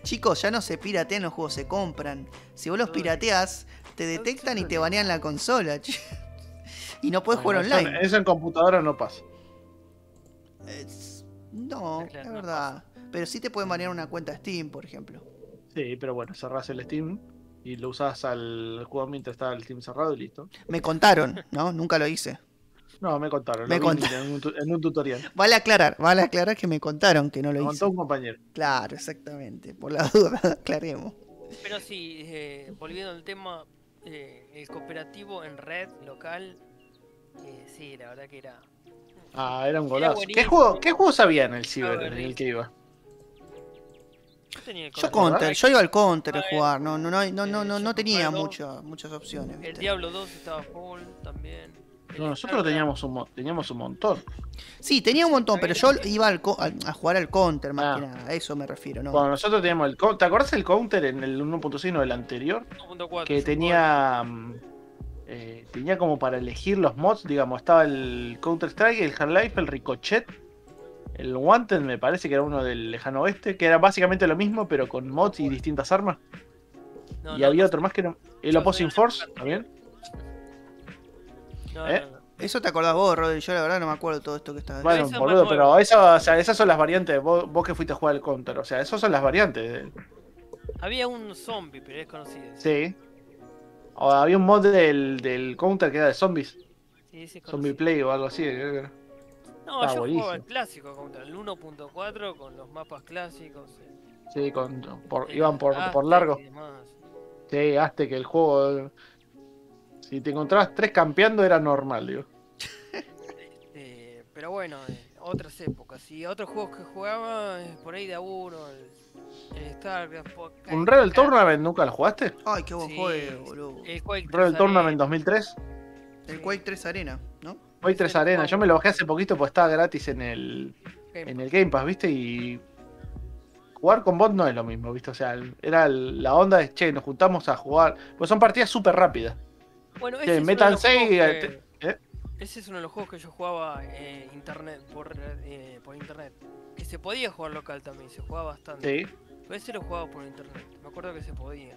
Chicos, ya no se piratean los juegos, se compran. Si vos los
Todo legal.
pirateás, te detectan y te banean la consola. che. y no podés
Bueno,
jugar
eso-
online.
Eso, en computadora no pasa.
Es- No,
Claro,
la
no
verdad. Pero sí te pueden banear una cuenta Steam, por ejemplo.
Sí, pero bueno, cerrás el Steam y lo usás al juego mientras está el Steam cerrado y listo.
Me contaron, ¿no? Nunca lo hice.
No, me contaron.
Me
lo vi
contaron.
En un, tu- en un tutorial.
Vale aclarar, vale aclarar que me contaron que no
Me
lo hice.
contó un compañero.
Claro, exactamente. Por la duda, aclaremos.
Pero sí, eh, volviendo al tema, eh, el cooperativo en red local, eh, sí, la verdad que era.
Ah, era un golazo. ¿Qué
buenísimo.
juego, ¿Qué juego sabía en el ciber
Estaba
en el
buenísimo.
que iba?
Yo tenía el
Yo
control.
Counter, yo iba al Counter a
Ah,
jugar, no, no, no, no, no, no,
eh,
no tenía
Chicago.
mucha- muchas opciones.
El
¿viste?
Diablo 2 estaba full también. El
No, nosotros
Starcraft,
teníamos un, mo- teníamos un montón.
Sí, tenía un montón, pero yo
Había-
iba al co- al- a jugar al Counter más
Ah.
que nada, a eso me refiero, ¿no?
Cuando nosotros teníamos el. co- ¿Te acordás el counter en el 1.6 o el anterior?
1.4,
que
yo
tenía mm, eh, tenía como para elegir los mods, digamos, estaba el Counter Strike, el Half-Life, el Ricochet, el Wanted me parece que era uno del lejano oeste, que era básicamente lo mismo pero con mods y distintas armas.
jugaba- no,
y
no,
había
no,
otro más que era el
Yo
Opposing
soy de la
Force
época
también.
no,
¿eh?
no, no.
Eso te acordás vos, Rodri, yo la verdad no me acuerdo todo esto que estás
Bueno,
eso es
boludo,
más nuevo.
pero eso, o sea, esas son las variantes, vos, vos que fuiste a jugar al Counter, o sea, esas son las variantes.
Había un zombie, pero es conocido.
Sí. O había un mod del, del Counter que era de zombies,
Sí, sí,
Zombie
es conocido.
Play o algo así. eh. creo que era.
No,
Está
yo jugaba el
buenísimo.
clásico contra el 1.4 con los mapas clásicos. eh,
Sí, con, por-
eh,
iban por,
Aztec
por largo.
y demás.
Sí, hazte que el juego. Si te encontrabas tres campeando era normal, digo.
Eh, pero bueno, eh, otras épocas. Y otros juegos que jugaba, eh, por ahí de a uno, el, el Starcraft. por-
¿Un Rebel Tournament nunca lo jugaste?
Ay, qué buen
Sí,
juego, boludo.
El Quake
Rebel
3
Tournament
Arena.
2003.
El Quake 3 Arena, ¿no?
Hoy 3
el
Arena.
juego.
Yo me lo bajé hace poquito porque estaba gratis en el,
Game
en el Game Pass, ¿viste? Y. Jugar con bot no es lo mismo, ¿viste? O sea, el- era el- la onda de che, nos juntamos a jugar. Pues son partidas súper rápidas.
Bueno,
Sí,
ese es,
Metal
uno de los
Slug,
juegos que-
¿eh?
ese es uno de los juegos que yo jugaba eh, internet por, eh, por internet. Que se podía jugar local también, se jugaba bastante.
Sí.
Pero ese lo jugaba por internet, me acuerdo que se podía.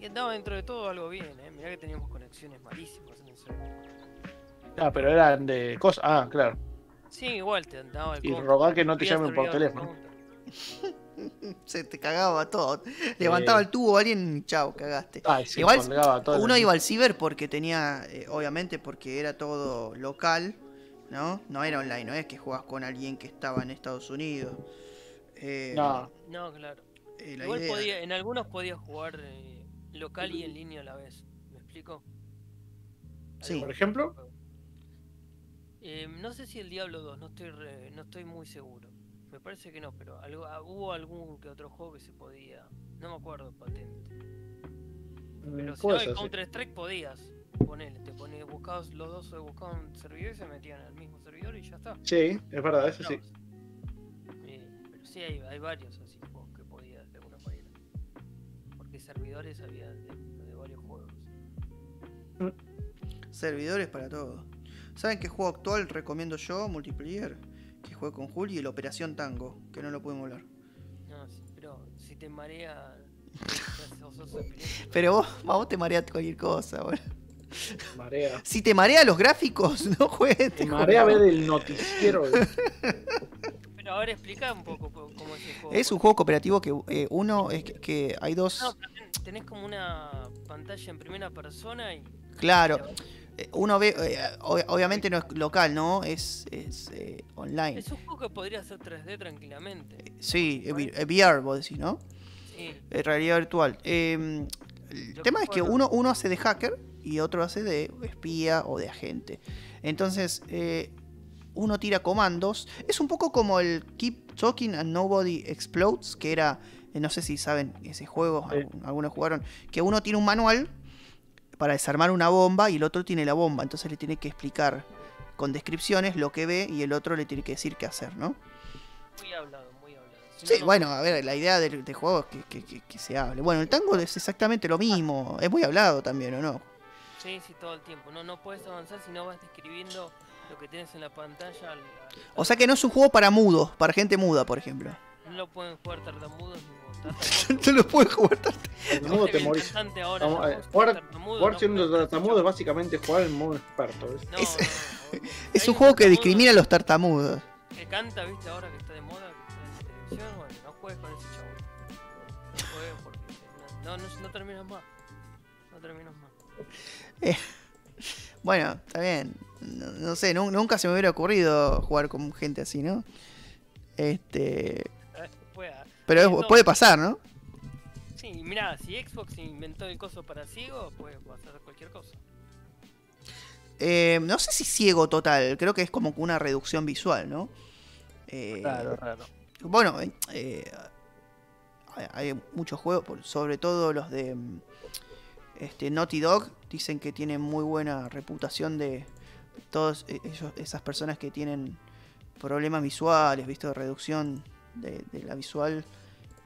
Y andaba dentro de todo algo bien, eh. Mirá que teníamos conexiones malísimas en ese momento.
Ah, pero eran de cosas. Ah, claro.
Sí, igual te andaba el
Y
counter,
rogar que no te
subías
llamen por
servidores,
teléfono.
counter.
Se te cagaba todo. Levantaba el tubo alguien, chao, cagaste.
Ay, sí,
Igual,
colgaba todo el-
Uno iba al ciber porque tenía, eh, obviamente, porque era todo local, ¿no? No era online, no es que jugabas con alguien que estaba en Estados Unidos. Eh,
No,
No, claro.
eh, la
Igual
idea-
podía, en algunos podías jugar eh, local y en línea a la vez. ¿Me explico?
Sí.
por ejemplo.
Y Eh, no sé si el Diablo 2, no estoy, re- no estoy muy seguro. Me parece que no, pero algo, ah, hubo algún que otro juego que se podía. No me acuerdo patente. Pero
Mm,
si no,
puede
el
ser, sí.
Counter-Strike podías. Ponele, te ponías, buscabas, los dos se buscaban un servidor y se metían al mismo servidor y ya está.
Sí, es verdad, eso sí.
Eh, pero sí, hay, hay varios así juegos que podías de alguna manera. Porque servidores había de, de varios juegos.
Servidores para todo. ¿Saben qué juego actual recomiendo yo, multiplayer? Que jugué con Juli, el Operación Tango, que no lo pudimos hablar.
No, sí, pero si te marea. ya sos- sos epiléptico.
Pero vos, a vos te mareas cualquier cosa, boludo.
Marea.
Si te marea los gráficos, no juegues.
Me
este
marea
juego.
ver el noticiero.
Pero ahora explica un poco po- cómo es el juego.
Es un juego cooperativo que eh, uno es que, que hay
No,
dos.
pero ten- tenés como una pantalla en primera persona y.
Claro. Eh, Uno ve, eh, ob- obviamente no es local, ¿no? Es, es, eh, online.
Es un juego que podría ser 3D tranquilamente.
Sí, eh, vi- eh, VR, vos decís, ¿no?
Sí.
Eh, realidad virtual. Eh, el
Yo
tema es que
juego-
uno, uno hace de hacker y otro hace de espía o de agente. Entonces, eh, uno tira comandos. Es un poco como el Keep Talking and Nobody Explodes, que era, eh, no sé si saben ese juego,
Sí.
algún- algunos jugaron, que uno tiene un manual para desarmar una bomba y el otro tiene la bomba. Entonces le tiene que explicar con descripciones lo que ve y el otro le tiene que decir qué hacer, ¿no?
Muy hablado, muy hablado. Si no,
Sí,
no-
bueno, a ver, la idea del, del juego es que, que- que- que se hable. Bueno, el tango es exactamente lo mismo. Es muy hablado también, ¿o no?
Sí, sí, todo el tiempo. No, no puedes avanzar si no vas describiendo lo que tienes en la pantalla. al- al-
O sea que no es un juego para mudos, para gente muda, por ejemplo.
No lo pueden jugar tartamudos ni
No lo puedes jugar tanto.
Tartamudo te morís.
Bastante ahora.
Vamos,
¿no?
eh,
Ser
jugar-
tartamudo,
Jugar
no
siendo
puedes-
tartamudo es básicamente jugar en modo experto. ¿ves?
No,
es-
no, no.
Es
Hay
un juego que
tartamudo
discrimina a los tartamudos.
Que canta, viste, ahora que está de moda, que está en la televisión. Bueno, no juegues con ese chabón. No juegues porque. No, no, no terminas más. No terminas más.
Bueno, está bien. No, no sé, nu- nunca se me hubiera ocurrido jugar con gente así, ¿no? Este.
Eh, pueda.
Pero es-
Sí, no.
puede pasar, ¿no?
Sí, mirá, si Xbox inventó el coso para ciego, puede hacer cualquier cosa.
Eh, no sé si ciego total. Creo que es como una reducción visual, ¿no? Eh,
raro.
Bueno, eh, eh, hay- hay muchos juegos, por- sobre todo los de mm, este, Naughty Dog, dicen que tienen muy buena reputación de todas e- ellos- esas personas que tienen problemas visuales, visto de reducción de, de la visual,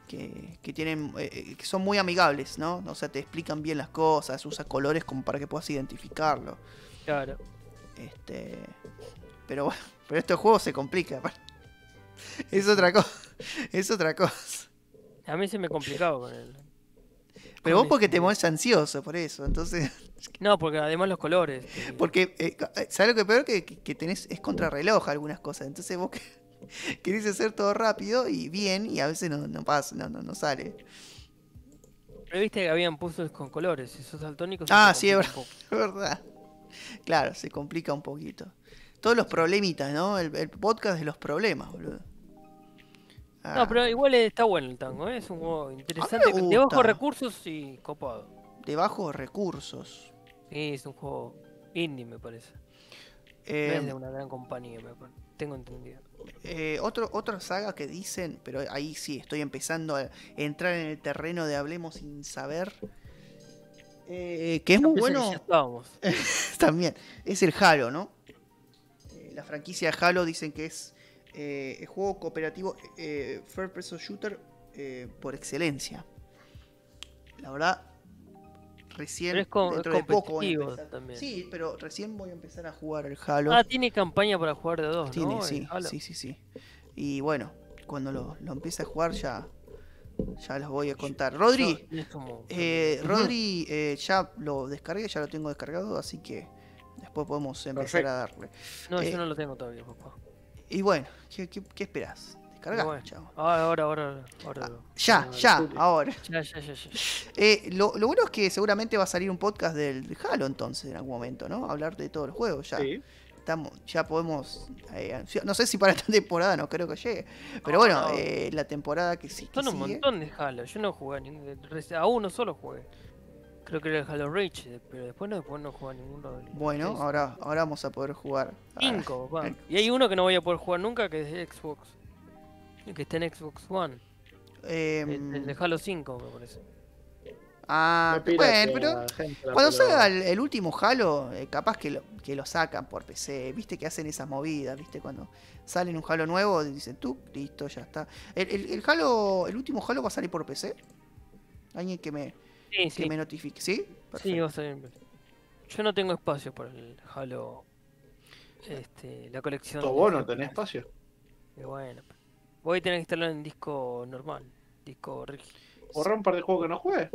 que, que tienen eh, eh, que son muy amigables, ¿no? O sea, te explican bien las cosas, usa colores como para que puedas identificarlo.
Claro.
Este, pero bueno, pero este juego se complica. aparte. Es otra cosa. Es otra cosa.
A mí se me complicaba con él.
Pero vos porque
este
te mueves ansioso por eso. Entonces,
No, porque además los colores. te-
porque eh, eh, ¿sabes lo que peor que, que- que tenés es contrarreloj algunas cosas? Entonces vos que- querés hacer todo rápido y bien y a veces no, no pasa, no, no, no sale.
Pero viste que habían puzzles con colores. Si sos daltónico. se
Ah,
te
sí, es
complica un poco.
La verdad. Claro, se complica un poquito. Todos los problemitas, ¿no? El, el podcast de los problemas, boludo. Ah,
No, pero igual está bueno el tango, ¿eh? es un juego interesante, de
gusta.
bajos recursos y copado.
De bajos recursos.
Sí, es un juego indie, me parece. No
Eh,
es de una gran compañía, me parece. Tengo entendido.
Eh, otro, otra saga que dicen, pero ahí sí estoy empezando a entrar en el terreno de hablemos sin saber. eh, que es muy
Eso
bueno Eh.
ya estábamos.
también. Es el Halo, ¿no? Eh, la franquicia Halo dicen que es eh, el juego cooperativo eh, First Person Shooter eh, por excelencia. La verdad, recién
Pero es com-
dentro
es
de poco voy a
competitivo
empezar-
también.
Sí, pero recién voy a empezar a jugar el Halo.
Ah, tiene campaña para jugar de dos, ¿no? Eh,
Tiene,
El
sí,
Halo.
sí, sí, sí. Y bueno, cuando lo, lo empiece a jugar ya, ya los voy a contar. Rodri,
Yo- es como-
eh, Rodri eh, ya lo descargué, ya lo tengo descargado, así que después podemos empezar a darle.
no,
eh,
yo no lo tengo todavía, papá.
Y bueno, ¿qué, qué, qué esperás? Descargar,
Bueno.
chavo.
Ahora, Ah, ahora, ahora. ahora lo-
Ya,
ahora lo-
ya, ahora.
Ya, ya, ya, ya.
Eh, lo, lo bueno es que seguramente va a salir un podcast del Halo entonces en algún momento, ¿no? Hablar de todos los juegos ya.
Sí.
estamos, ya podemos eh, anunciar. No sé si para esta temporada, no creo que llegue. Pero bueno,
No, no.
eh, la temporada que sí. eh. que
Son un
sigue-
montón de Halo. Yo no jugué a ningún. A uno solo jugué. Creo que era el Halo Reach, eh, pero después no, después no juega ninguno de los
Bueno,
tres.
ahora, ahora vamos a poder jugar. a-
Cinco, papá. Y hay uno que no voy a poder jugar nunca que es de Xbox. El Que está en Xbox One. El,
em,
el de Halo 5, me parece.
ah,
No piratea,
bueno, pero
gente, la
cuando
pelota.
salga el, el último Halo, eh, capaz que lo, que lo sacan por PC, viste que hacen esas movidas, viste cuando salen un Halo nuevo, dicen tú, listo, ya está. El, el, el Halo, el último Halo va a salir por PC. Alguien que me,
Sí,
que
sí.
me notifique, ¿sí?
Sí,
Perfecto.
va a salir en PC. Yo no tengo espacio para el Halo. Este, la colección.
Todo
de
vos no
Halo.
tenés espacio.
Y bueno, pues, voy a tener que instalarlo en disco normal. Disco rígido.
Borrá un par de juegos que no juegues.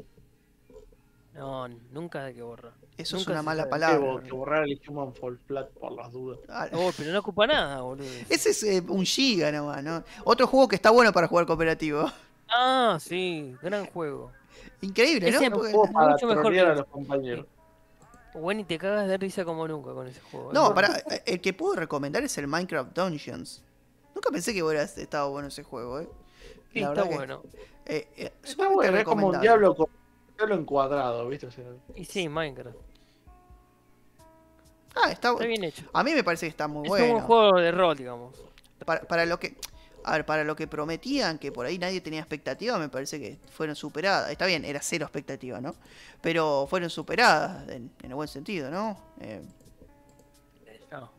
No, nunca hay que borrar.
Eso es
nunca
una
se
mala
sabe.
Que,
palabra.
bo- que borrar el Human Fall Flat por las dudas.
Ah,
Oh, pero no ocupa nada, boludo.
Ese es eh, un giga nomás, ¿no? Otro juego que está bueno para jugar cooperativo.
Ah, sí, gran juego.
Increíble, ¿no?
Ese no
Porque-
Juegos para
mucho mejor
trolear
que
a
el-
los compañeros.
Bueno, y te cagas de risa como nunca con ese juego. ¿eh?
No, pará, el que puedo recomendar es el Minecraft Dungeons. Nunca pensé que hubiera estado bueno ese juego, ¿eh?
Sí,
La
está
verdad que-
bueno.
eh, eh,
Está
sumamente
bueno, es como un
recomendable.
diablo, con- diablo encuadrado, ¿viste? O sea,
Y sí, Minecraft.
Ah, está,
Está bien hecho.
A mí me parece que está muy
Es como
bueno.
un juego de rol, digamos.
Para, para lo que. A ver, para lo que prometían, que por ahí nadie tenía expectativa, me parece que fueron superadas. Está bien, era cero expectativa, ¿no? Pero fueron superadas, en, en el buen sentido, ¿no? Eh,
No.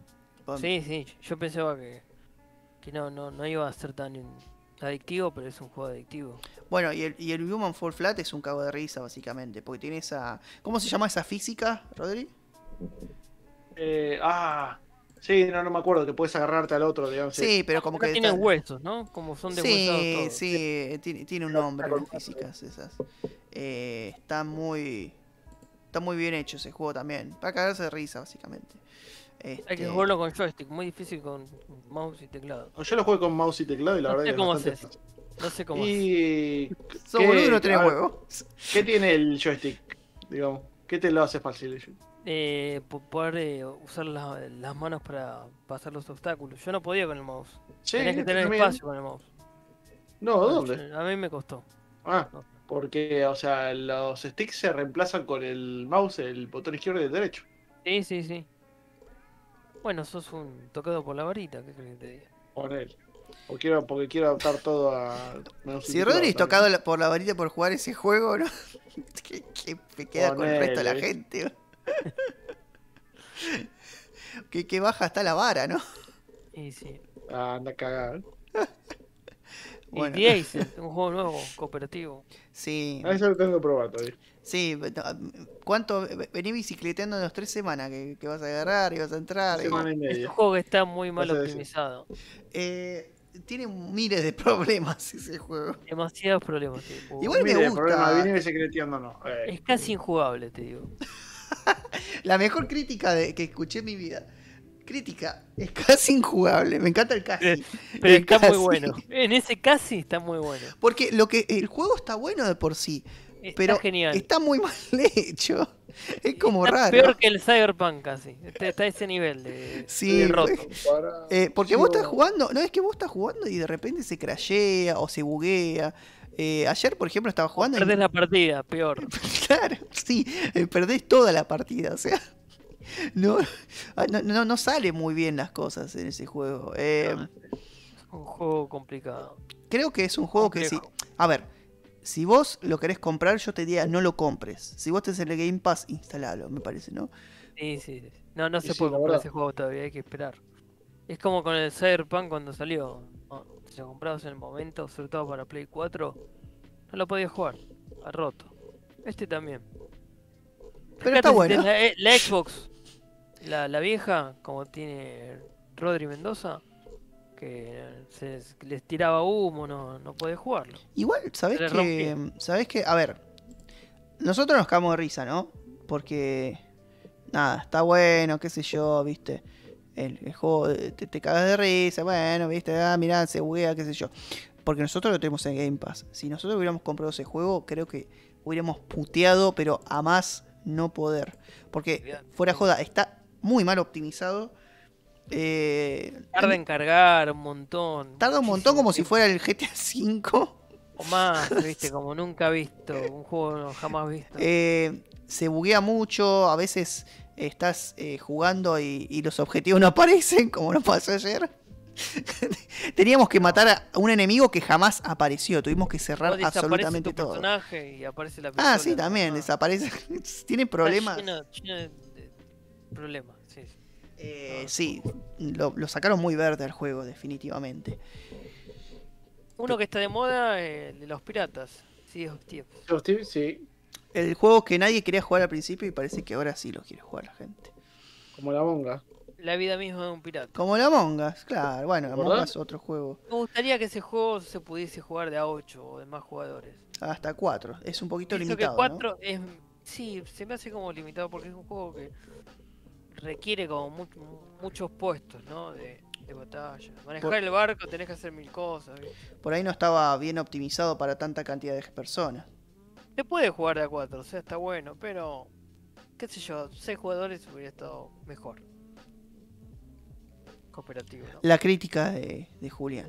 pon-
Sí, sí, yo pensaba que, que no, no, no iba a ser tan adictivo, pero es un juego adictivo.
Bueno, y el, y el Human Fall Flat es un cago de risa, básicamente, porque tiene esa... ¿Cómo se llama esa física, Rodri?
eh, ah, sí, no, no me acuerdo, que puedes agarrarte al otro, digamos.
Sí, pero como
Acá
que...
tienen
está-
Ah, huesos, ¿no? Como son de
Sí,
todos.
sí, eh, tiene, tiene un
Pero
nombre
está
las
con-
físicas esas. Eh, está muy... Está muy bien hecho ese juego también. Para cagarse de risa, básicamente.
Hay que
Este,
jugarlo con joystick, muy difícil con mouse y teclado.
Yo lo jugué con mouse y teclado y la
No
verdad
sé
que
cómo
bastante
haces. No sé cómo.
fácil. ¿Y
Sos
¿Qué?
boludo y no tenés
A ver.
huevo.
qué tiene el joystick? Digamos, ¿qué te lo hace fácil?
Eh, po- poder eh, usar la- las manos para pasar los obstáculos. Yo no podía con el mouse.
Sí,
Tenés que tener
también.
espacio Ah, con el mouse.
No, ¿dónde?
A mí me costó.
Ah, porque, o sea, los sticks se reemplazan con el mouse, el botón izquierdo y el derecho.
Sí, sí, sí. Bueno, sos un tocado por la varita, ¿qué crees que te diga?
Con él. O quiero, porque quiero adaptar todo a. mouse y
Si
teclado
Rodri es
también.
tocado la- por la varita por jugar ese juego, ¿no? ¿Qué, qué me queda con el resto de la
Ponele.
gente? que, que baja está la vara, ¿no?
Y sí.
Ah, anda a cagar.
Bueno.
Y The Ace, un juego nuevo, cooperativo.
Sí,
Ah, eso lo tengo que probar todavía.
sí. no, ¿Cuánto? Vení bicicleteando en las tres semanas que, que vas a agarrar y vas a entrar. y-
Semana y
Es
media.
un juego que está muy mal
Eso es-
optimizado.
Eh, tiene miles de problemas ese juego.
Demasiados problemas. tiene. Uh,
Igual- me
Mire, el
gusta.
problema viene secreteándonos. Eh,
Es casi injugable, te digo.
La mejor crítica de, que escuché en mi vida. Crítica, es casi injugable. Me encanta el casi.
Eh, Pero
Es
está
casi.
muy bueno. En ese casi está muy bueno.
Porque lo que el juego está bueno de por sí,
Está
pero
genial.
está muy mal hecho. Es como
Está
raro.
Peor que el Cyberpunk casi. Está, está a ese nivel de,
Sí,
de roto.
para-
Eh, porque
Sí,
vos
o-
estás jugando, no es que vos estás jugando y de repente se crashea o se buguea. Eh, ayer, por ejemplo, estaba jugando y
Perdés la partida, peor.
Claro, sí, eh, perdés toda la partida, o sea. No, ah, no, no, no sale muy bien las cosas en ese juego. Eh,
Un juego complicado.
creo que es un juego que sí. A ver, si vos lo querés comprar, yo te diría no lo compres. Si vos tenés el Game Pass, instalalo, me parece, ¿no?
Sí, sí, sí. No, no
Sí,
se
sí,
puede
la
comprar
verdad.
ese juego todavía, hay que esperar. Es como con el Cyberpunk cuando salió. No, si lo comprabas en el momento, sobre todo para Play 4, no lo podías jugar. Ha roto. Este también.
Pero está
si
bueno.
tenés La, eh, la Xbox, la, la vieja, como tiene Rodri Mendoza, que se, les tiraba humo, no, no podés jugarlo.
Igual, ¿sabés
Se le
que, ¿sabés que? A ver, nosotros nos cagamos de risa, ¿no? Porque, nada, está bueno, qué sé yo, viste. El, el juego eh, te, te cagas de risa, bueno, viste, ah, mirá, se buguea, qué sé yo. Porque nosotros lo tenemos en Game Pass. Si nosotros hubiéramos comprado ese juego, creo que hubiéramos puteado, pero a más no poder. Porque, fuera joda, está muy mal optimizado. Eh,
Tarda en cargar un montón.
Tarda un
muchísimo
montón como si
tiempo.
fuera el GTA V.
O más, viste, como nunca visto, un juego no, jamás visto.
Eh, se buguea mucho, a veces estás eh, jugando y, y los objetivos no aparecen, como nos pasó ayer. Teníamos que matar a un enemigo que jamás apareció, tuvimos que
Vos
cerrar
desaparece
absolutamente
tu
todo.
personaje y aparece la
Ah,
pistola,
sí, también,
ah,
desaparece. Tiene
está
problemas.
lleno- lleno de- de problemas, sí. sí.
Eh, sí, lo, lo sacaron muy verde al juego, definitivamente.
Uno que está de moda, eh, el de los piratas. Sí, hostia.
Los tips, sí.
El juego que nadie quería jugar al principio y parece que ahora sí lo quiere jugar la gente.
Como la monga.
La vida misma de un pirata.
Como la Mongas, claro. Bueno, la
¿Verdad?
Mongas otro juego.
Me gustaría que ese juego se pudiese jugar de a 8 o de más jugadores.
Hasta 4. Es un poquito
Pienso
limitado.
que
¿no?
4 es. Sí, se me hace como limitado porque es un juego que requiere como mu- muchos puestos, ¿no? De, de batalla. Manejar
Por-
el barco, tenés que hacer mil cosas. ¿viste?
Por ahí no estaba bien optimizado para tanta cantidad de personas.
Se puede jugar de a 4, o sea, está bueno, pero. ¿Qué sé yo? 6 jugadores hubiera estado mejor. Cooperativo, ¿no?
La crítica de, de Julián.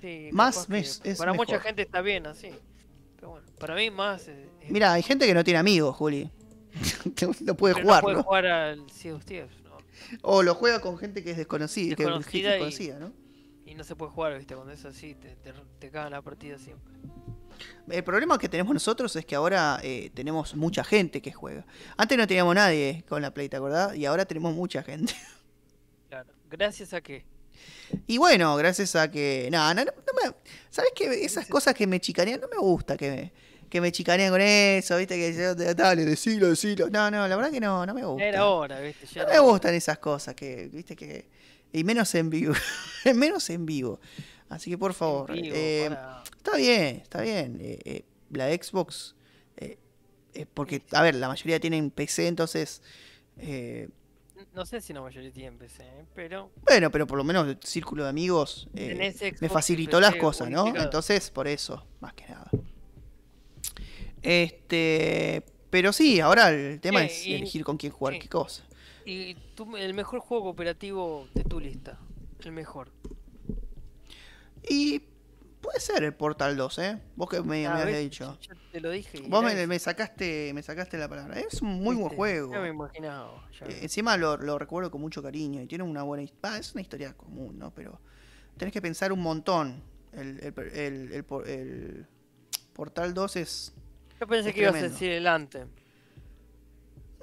Sí,
Más
capaz
me-
que
es- es
Para mucha
mejor.
gente está bien así. Pero bueno, para mí más. eh, es-
Mira, hay gente que no tiene amigos, Juli. No- no puede
pero
jugarlo.
No puede jugar al Sea of Thieves, ¿no?
O lo juega con gente que es desconocida, que- que
Desconocida
es
y-
desconocida, ¿no?
Y no se puede jugar, viste, cuando es así, te, te, te cagan la partida siempre.
El problema que tenemos nosotros es que ahora eh, tenemos mucha gente que juega. Antes no teníamos nadie con la Play, ¿te acordás? Y ahora tenemos mucha gente.
Claro. Gracias a que.
Y bueno, gracias a que. Nada, no, no me- ¿Sabes qué? Esas cosas que me chicanean, no me gusta que me, que me chicanean con eso, ¿viste? Que yo, dale, decilo, decilo. No, no, la verdad que no, no me gusta.
Ya era hora, viste. Ya
No
era
me
hora.
gustan esas cosas que, viste que. Y menos en vivo. menos en vivo. Así que por favor.
Digo,
eh,
para-
Está bien, está bien. eh, eh, la Xbox. eh, eh, porque, a ver, la mayoría tienen PC, entonces. eh,
No sé si la mayoría tiene PC, ¿eh? pero.
bueno, pero por lo menos el círculo de amigos. eh,
tenés Xbox
me
y
facilitó
PC
las cosas, ¿no?
unificado.
Entonces, por eso, más que nada. Este. Pero sí, ahora el tema
Sí,
es
y-
elegir con quién jugar
sí.
qué cosa.
Y tú- el mejor juego cooperativo de tu lista. El mejor.
Y puede ser el Portal 2, ¿eh? Vos que me, me
Ah,
habías
¿ves?
dicho.
Yo te lo dije. y
Vos
era
me,
ese,
me sacaste me sacaste la palabra. Es un muy buen
viste,
juego.
Ya me imaginaba. ya.
Eh, Encima lo, lo recuerdo con mucho cariño y tiene una buena historia. es una historia común, ¿no? Pero tenés que pensar un montón. El, el- el- el por- el Portal 2 es.
Yo pensé
es
que ibas a
tremendo.
decir el Anthem.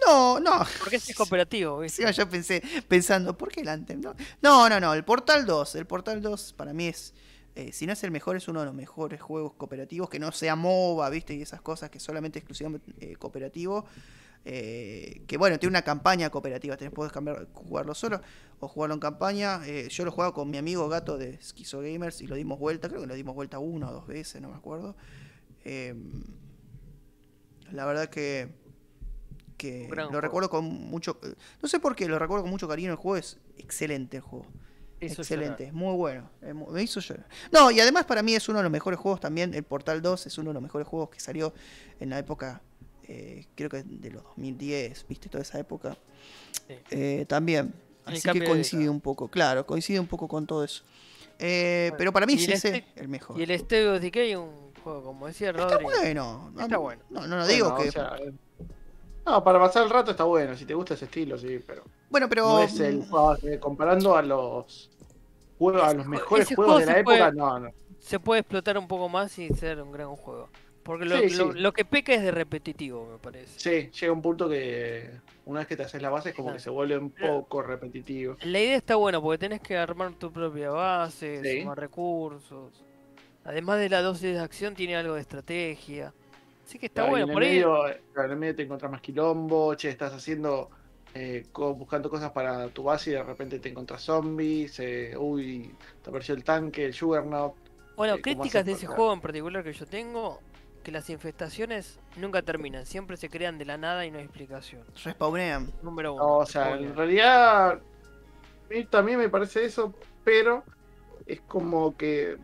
No, no.
Porque ese es cooperativo, ¿viste?
Encima yo pensé, pensando, ¿por qué el Anthem? No, no, no, no, el Portal 2. El Portal 2 para mí es. eh, si no es el mejor, es uno de los mejores juegos cooperativos que no sea MOBA, ¿viste? Y esas cosas que solamente exclusivamente eh, cooperativo. eh, que bueno, tiene una campaña cooperativa. Tenés, podés cambiar, jugarlo solo o jugarlo en campaña. Eh, yo lo jugaba con mi amigo gato de Schizo Gamers y lo dimos vuelta. Creo que lo dimos vuelta una o dos veces, no me acuerdo. Eh, la verdad que. que
Un gran
lo
juego.
recuerdo con mucho. No sé por qué, lo recuerdo con mucho cariño. El juego es excelente, el juego.
Eso es
excelente, es muy bueno. es mu- Me hizo llorar. No, y además para mí es uno de los mejores juegos también. El Portal 2 es uno de los mejores juegos que salió en la época, eh, creo que de los 2010, ¿viste? Toda esa época.
Sí.
Eh, también.
el
Así que
cambio de
coincide
década.
un poco, claro, coincide un poco con todo eso. Eh,
Bueno,
pero para mí
y
sí
el
es
este-
el mejor.
Y el Steve of Decay es un juego, como decía
Está
Rodri.
bueno.
Está
no,
bueno.
No, no, no digo
Bueno,
que.
o sea, eh, no, para pasar el rato está bueno. Si te gusta ese estilo, sí, pero.
bueno, pero.
no es el juego, eh, comparando a los juegos, a los
Ese
mejores
juego
juegos de
se
la época,
puede-
no, no.
Se puede explotar un poco más y ser un gran juego. Porque lo,
Sí,
lo-
sí.
lo que peca es de repetitivo, me parece.
Sí, llega un punto que una vez que te haces la base es como que se vuelve un
Pero-
poco repetitivo.
La idea está buena porque tenés que armar tu propia base,
Sí.
sumar recursos. Además de la dosis de acción, tiene algo de estrategia. Así que está
Claro, y
bueno.
en el
Por ahí,
medio, claro, en el medio te encontrás más quilombo, che, estás haciendo, eh, co- buscando cosas para tu base y de repente te encontrás zombies, eh, uy, te apareció el tanque, el juggernaut.
bueno,
eh, cómo
críticas
hacen
de ese
para-
juego en particular que yo tengo, que las infestaciones nunca terminan, siempre se crean de la nada y no hay explicación.
Respawnean.
Número uno.
No, o sea,
spoiler.
en realidad a mí también me parece eso, pero es como que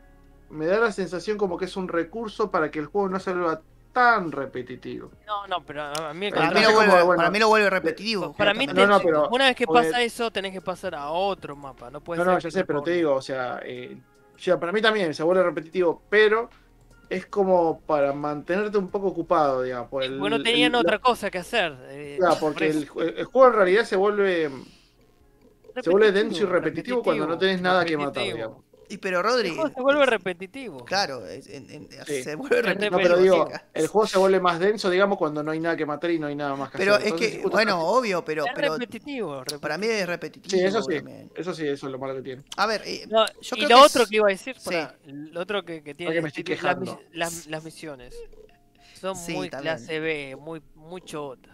me da la sensación como que es un recurso para que el juego no se vuelva tan repetitivo.
No, no, pero a a mí el
Para
Para
mí
mí,
no
lo
contrario-
como,
vuelve,
bueno,
para mí lo vuelve repetitivo.
Para mí,
No,
te-
no, pero-
una vez que
porque-
pasa eso, tenés que pasar a otro mapa. No puede
No,
ser
no, ya
que
sé, pero te
ponga-
digo, o sea, eh, ya para mí también se vuelve repetitivo, pero
es como para mantenerte un poco ocupado, digamos. Por el,
Bueno, tenían
el-
otra
la-
cosa que hacer. eh,
claro,
por
porque
eso.
el, ju- el juego en realidad se vuelve. se vuelve denso y
Repetitivo,
repetitivo cuando no tenés nada que matar,
repetitivo.
digamos.
Y pero
El
Rodri.
juego se vuelve repetitivo.
Claro, es- en- en-
Sí.
se vuelve
No,
No,
repetitivo.
pero digo,
chica.
el juego se vuelve más denso, digamos, cuando no hay nada que matar y no hay nada más que
Pero
hacer.
es
Entonces,
que,
justo-
bueno, obvio, pero,
Es
pero
repetitivo. repetitivo.
para mí es repetitivo.
Sí, eso sí.
también.
Eso sí, eso es lo malo que tiene.
A ver, eh,
No,
Yo
y
creo
lo
que es-
otro que iba a decir,
sí.
pará, lo otro que, que tiene
Porque me estoy
este título es la
quejando.
mis- las, las misiones. Son
Sí,
muy
también.
clase B, muy, muy chotas.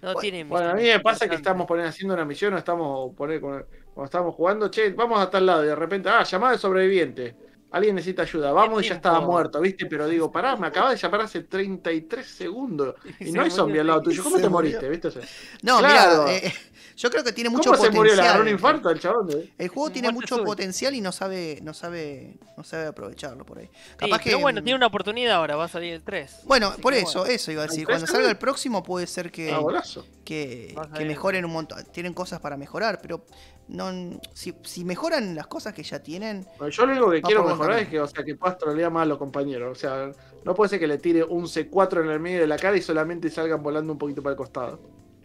No
Bueno,
tienen
Bueno, a mí me
misiones
pasa que
interesantes.
estamos poner, haciendo una misión o estamos poner, con- cuando estamos jugando, che, vamos a tal lado y de repente, ah, llamada de sobreviviente. Alguien necesita ayuda, vamos y ya estaba
tiempo?
muerto, ¿viste? Pero digo, pará, me acabas de llamar hace 33 segundos y
Se
no hay
murió
zombie al lado
el-
tuyo. ¿Cómo
se
te
murió.
moriste, viste? O sea,
no,
claro.
mira, eh, yo creo que tiene
¿Cómo
mucho
se murió? Le agarró un
potencial.
infarto al chabón. eh?
El juego tiene
Muerte
mucho
súbita.
potencial y no sabe, no sabe, no sabe aprovecharlo por ahí.
Sí,
Capaz
pero
que,
bueno,
mm,
tiene una oportunidad ahora, va a salir el 3.
Bueno,
Así
por
que
eso,
bueno.
eso iba a decir.
Ahí
Cuando
está.
salga el próximo puede ser que,
Ah, golazo.
que,
Vas a
que
ver.
mejoren un montón. Tienen cosas para mejorar, pero no, si, si mejoran las cosas que ya tienen,
Bueno, yo lo único que
Va
quiero
por buen
mejorar
camino.
es que, o sea, que puedas trolear más a los compañeros. O sea, no puede ser que le tire un C4 en el medio de la cara y solamente salgan volando un poquito para el costado.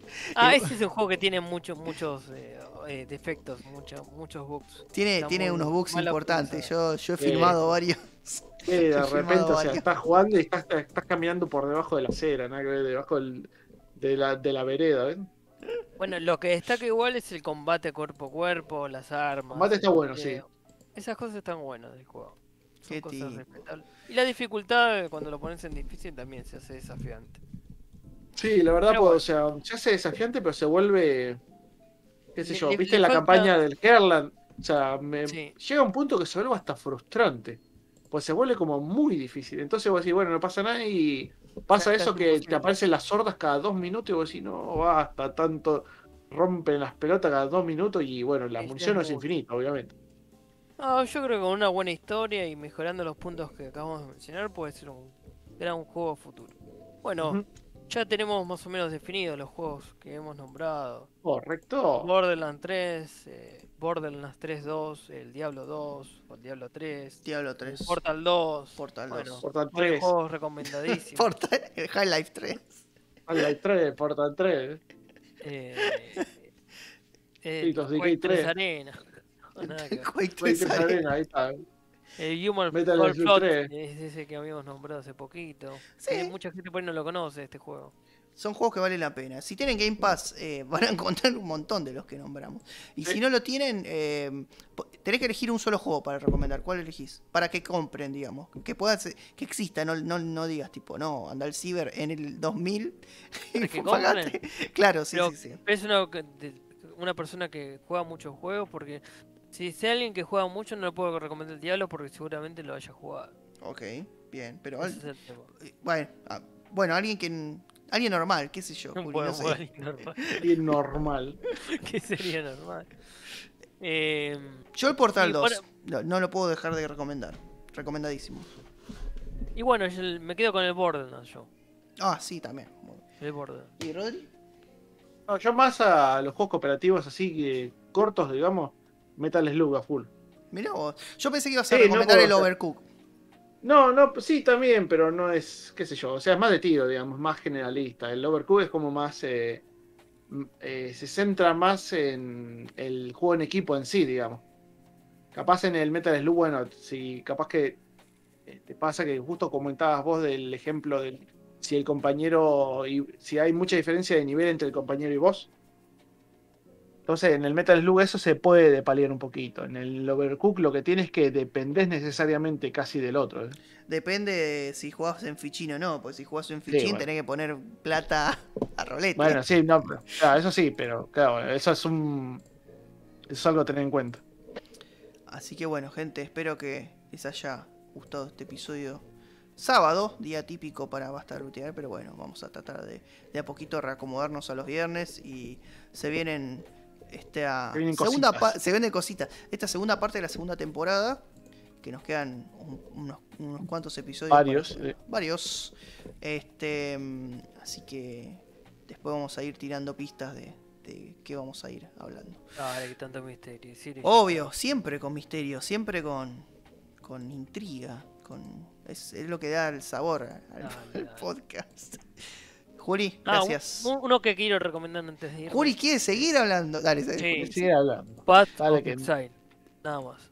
eh,
Ah, ese es un juego que tiene muchos, muchos eh, eh, defectos, muchos, muchos bugs.
tiene,
Está
tiene
muy
unos bugs
mal
importantes. Yo, yo he
Sí.
filmado varios.
Eh, de
Estoy
repente,
filmado
o sea,
varias.
estás jugando y estás, estás caminando por debajo de la acera, nada que ver, debajo del- de, la, de la vereda. ¿eh? ¿ven?
Ah, Bueno, lo que destaca igual es el combate cuerpo a cuerpo, las armas.
Combate está
el
bueno, sí.
video. Esas cosas están buenas del juego. Son
Qué
cosas
ti-
respetables. Y la dificultad eh, cuando lo pones en difícil también se hace desafiante.
Sí, la verdad,
Pero
pues, o sea, se hace desafiante, pero se vuelve. ¿Qué sé
Le-
yo?
le-
¿Viste
le
la
falta-
campaña del Herland? O sea, me-
Sí.
llega un punto que se vuelve hasta frustrante. Pues se vuelve como muy difícil. Entonces vos decís, bueno, no pasa nada y pasa
Basta,
eso
es
que te
imposible.
aparecen las sordas cada dos minutos y vos decís, no, basta, tanto rompen las pelotas cada dos minutos y bueno, la
Sí, sí,
munición no es
mucho.
infinita, obviamente.
No, yo creo que con una buena historia y mejorando los puntos que acabamos de mencionar puede ser un gran juego a futuro. Bueno,
Ujú.
ya tenemos más o menos definidos los juegos que hemos nombrado.
Correcto.
Borderlands 3, eh, Borderlands 3 2, el Diablo 2, o el Diablo 3,
Diablo 3.
Portal 2,
Portal
bueno,
2.
Portal 3.
juegos recomendadísimos.
Portal, el High Life 3.
Half-Life 3, Portal 3.
eh,
Sí, los de
Quake
Quake
3
3.
Arena. No, nada que ver.
Quake 3
Quake
Arena.
Arena, ahí está.
El Human
Metal
Fall
Slug
Plot
3.
es ese que habíamos nombrado hace poquito.
Sí.
Eh, mucha gente por ahí no lo conoce este juego.
Son juegos que valen la pena. Si tienen Game Pass, eh, van a encontrar un montón de los que nombramos. Y si no lo tienen, eh, po- tenés que elegir un solo juego para recomendar. ¿Cuál elegís? Para que compren, digamos. Que puedan, se- que exista, no, no, no digas tipo, no, anda al ciber en el 2000 y
¿Para que
pagaste. Claro, sí,
Pero-
sí, sí.
Es una, que- de- una persona que juega muchos juegos porque si es alguien que juega mucho no le puedo recomendar el Diablo porque seguramente lo haya jugado.
Ok, bien. Pero al-
Ese es el tema.
eh, bueno, ah, bueno, alguien que n- alguien normal, qué sé yo.
No
Juli,
puedo
no sé.
jugar y normal.
Y normal.
que sería normal. Eh,
Yo el Portal
Y
2
bueno-
no, no lo puedo dejar de recomendar. Recomendadísimo.
y bueno, yo me quedo con el Borderlands yo.
Ah, sí, también.
El Borderlands.
¿Y Rodri?
No, yo más a los juegos cooperativos así que cortos, digamos, Metal Slug a full.
Mirá vos. Yo pensé que ibas a
Sí, no
recomendar
puedo
el
hacer.
Overcook.
No, no, pues sí, también, pero no es, qué sé yo, o sea, es más de tiro, digamos, más generalista. El Overcooked es como más, eh, m- eh, se centra más en el juego en equipo en sí, digamos. Capaz en el Metal Slug, bueno, si capaz que eh, te pasa que justo comentabas vos del ejemplo de si el compañero, y si hay mucha diferencia de nivel entre el compañero y vos. Entonces, en el Metal Slug eso se puede paliar un poquito. En el Overcooked lo que tienes es que dependés necesariamente casi del otro. ¿eh?
Depende de si jugás en fichín o no. Porque si jugás en fichín
bueno.
tenés que poner plata a roleta.
Bueno, sí, no, pero- claro, eso sí, pero claro, eso es un. Eso es algo a tener en cuenta.
Así que bueno, gente, espero que les haya gustado este episodio. Sábado, día típico para Basta Rutear, pero bueno, vamos a tratar de, de a poquito reacomodarnos a los viernes y se vienen esta
Se vienen
segunda
cositas.
pa- se vienen cositas. Esta segunda parte de la segunda temporada que nos quedan un- unos, unos cuantos episodios para-
Varios, eh.
varios. Este, mm, así que después vamos a ir tirando pistas de, de qué vamos a ir hablando.
Ahora que tanto misterio. sí, sí.
Obvio, siempre con misterio, siempre con, con intriga, con- es, es lo que da el sabor al,
Dale,
al
dale.
podcast. Juli,
Ah, un-
gracias.
un- uno que quiero recomendar antes de ir.
Juli quiere seguir hablando. Dale, dale,
Sí.
eh,
Juli.
Sigue hablando.
Path
Dale,
of
que-
Exile. Nada más.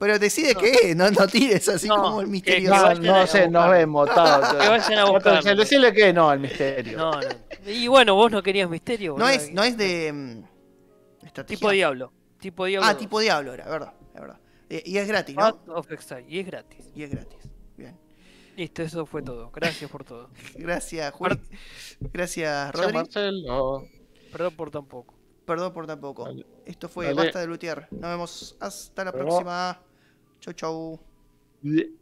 Pero decide
No.
qué es, no, no tires así
No,
como el
Eh, que-
misterio.
No,
vayan a
no sé, nos
buscarlo.
vemos. Tao.
Que vayan a buscarlo.
Decirle que no al misterio.
No, no. Y bueno, vos no querías misterio.
No
boludo.
es, no es de mm, estrategia.
Tipo diablo. Tipo diablo.
Ah,
dos.
tipo diablo era, verdad, es verdad. Eh, Y es gratis, ¿no?
Path of Exile. Y es gratis.
Y es gratis. Bien.
Listo, eso fue todo. Gracias por todo.
Gracias, Juli. Gracias,
Gracias,
Rodri.
Marcelo.
Perdón por tampoco.
Perdón por tampoco.
Dale.
Esto fue
Dale.
Basta de Lutier. Nos vemos hasta la
Nos vemos.
próxima. Chau, chau.
Bleh.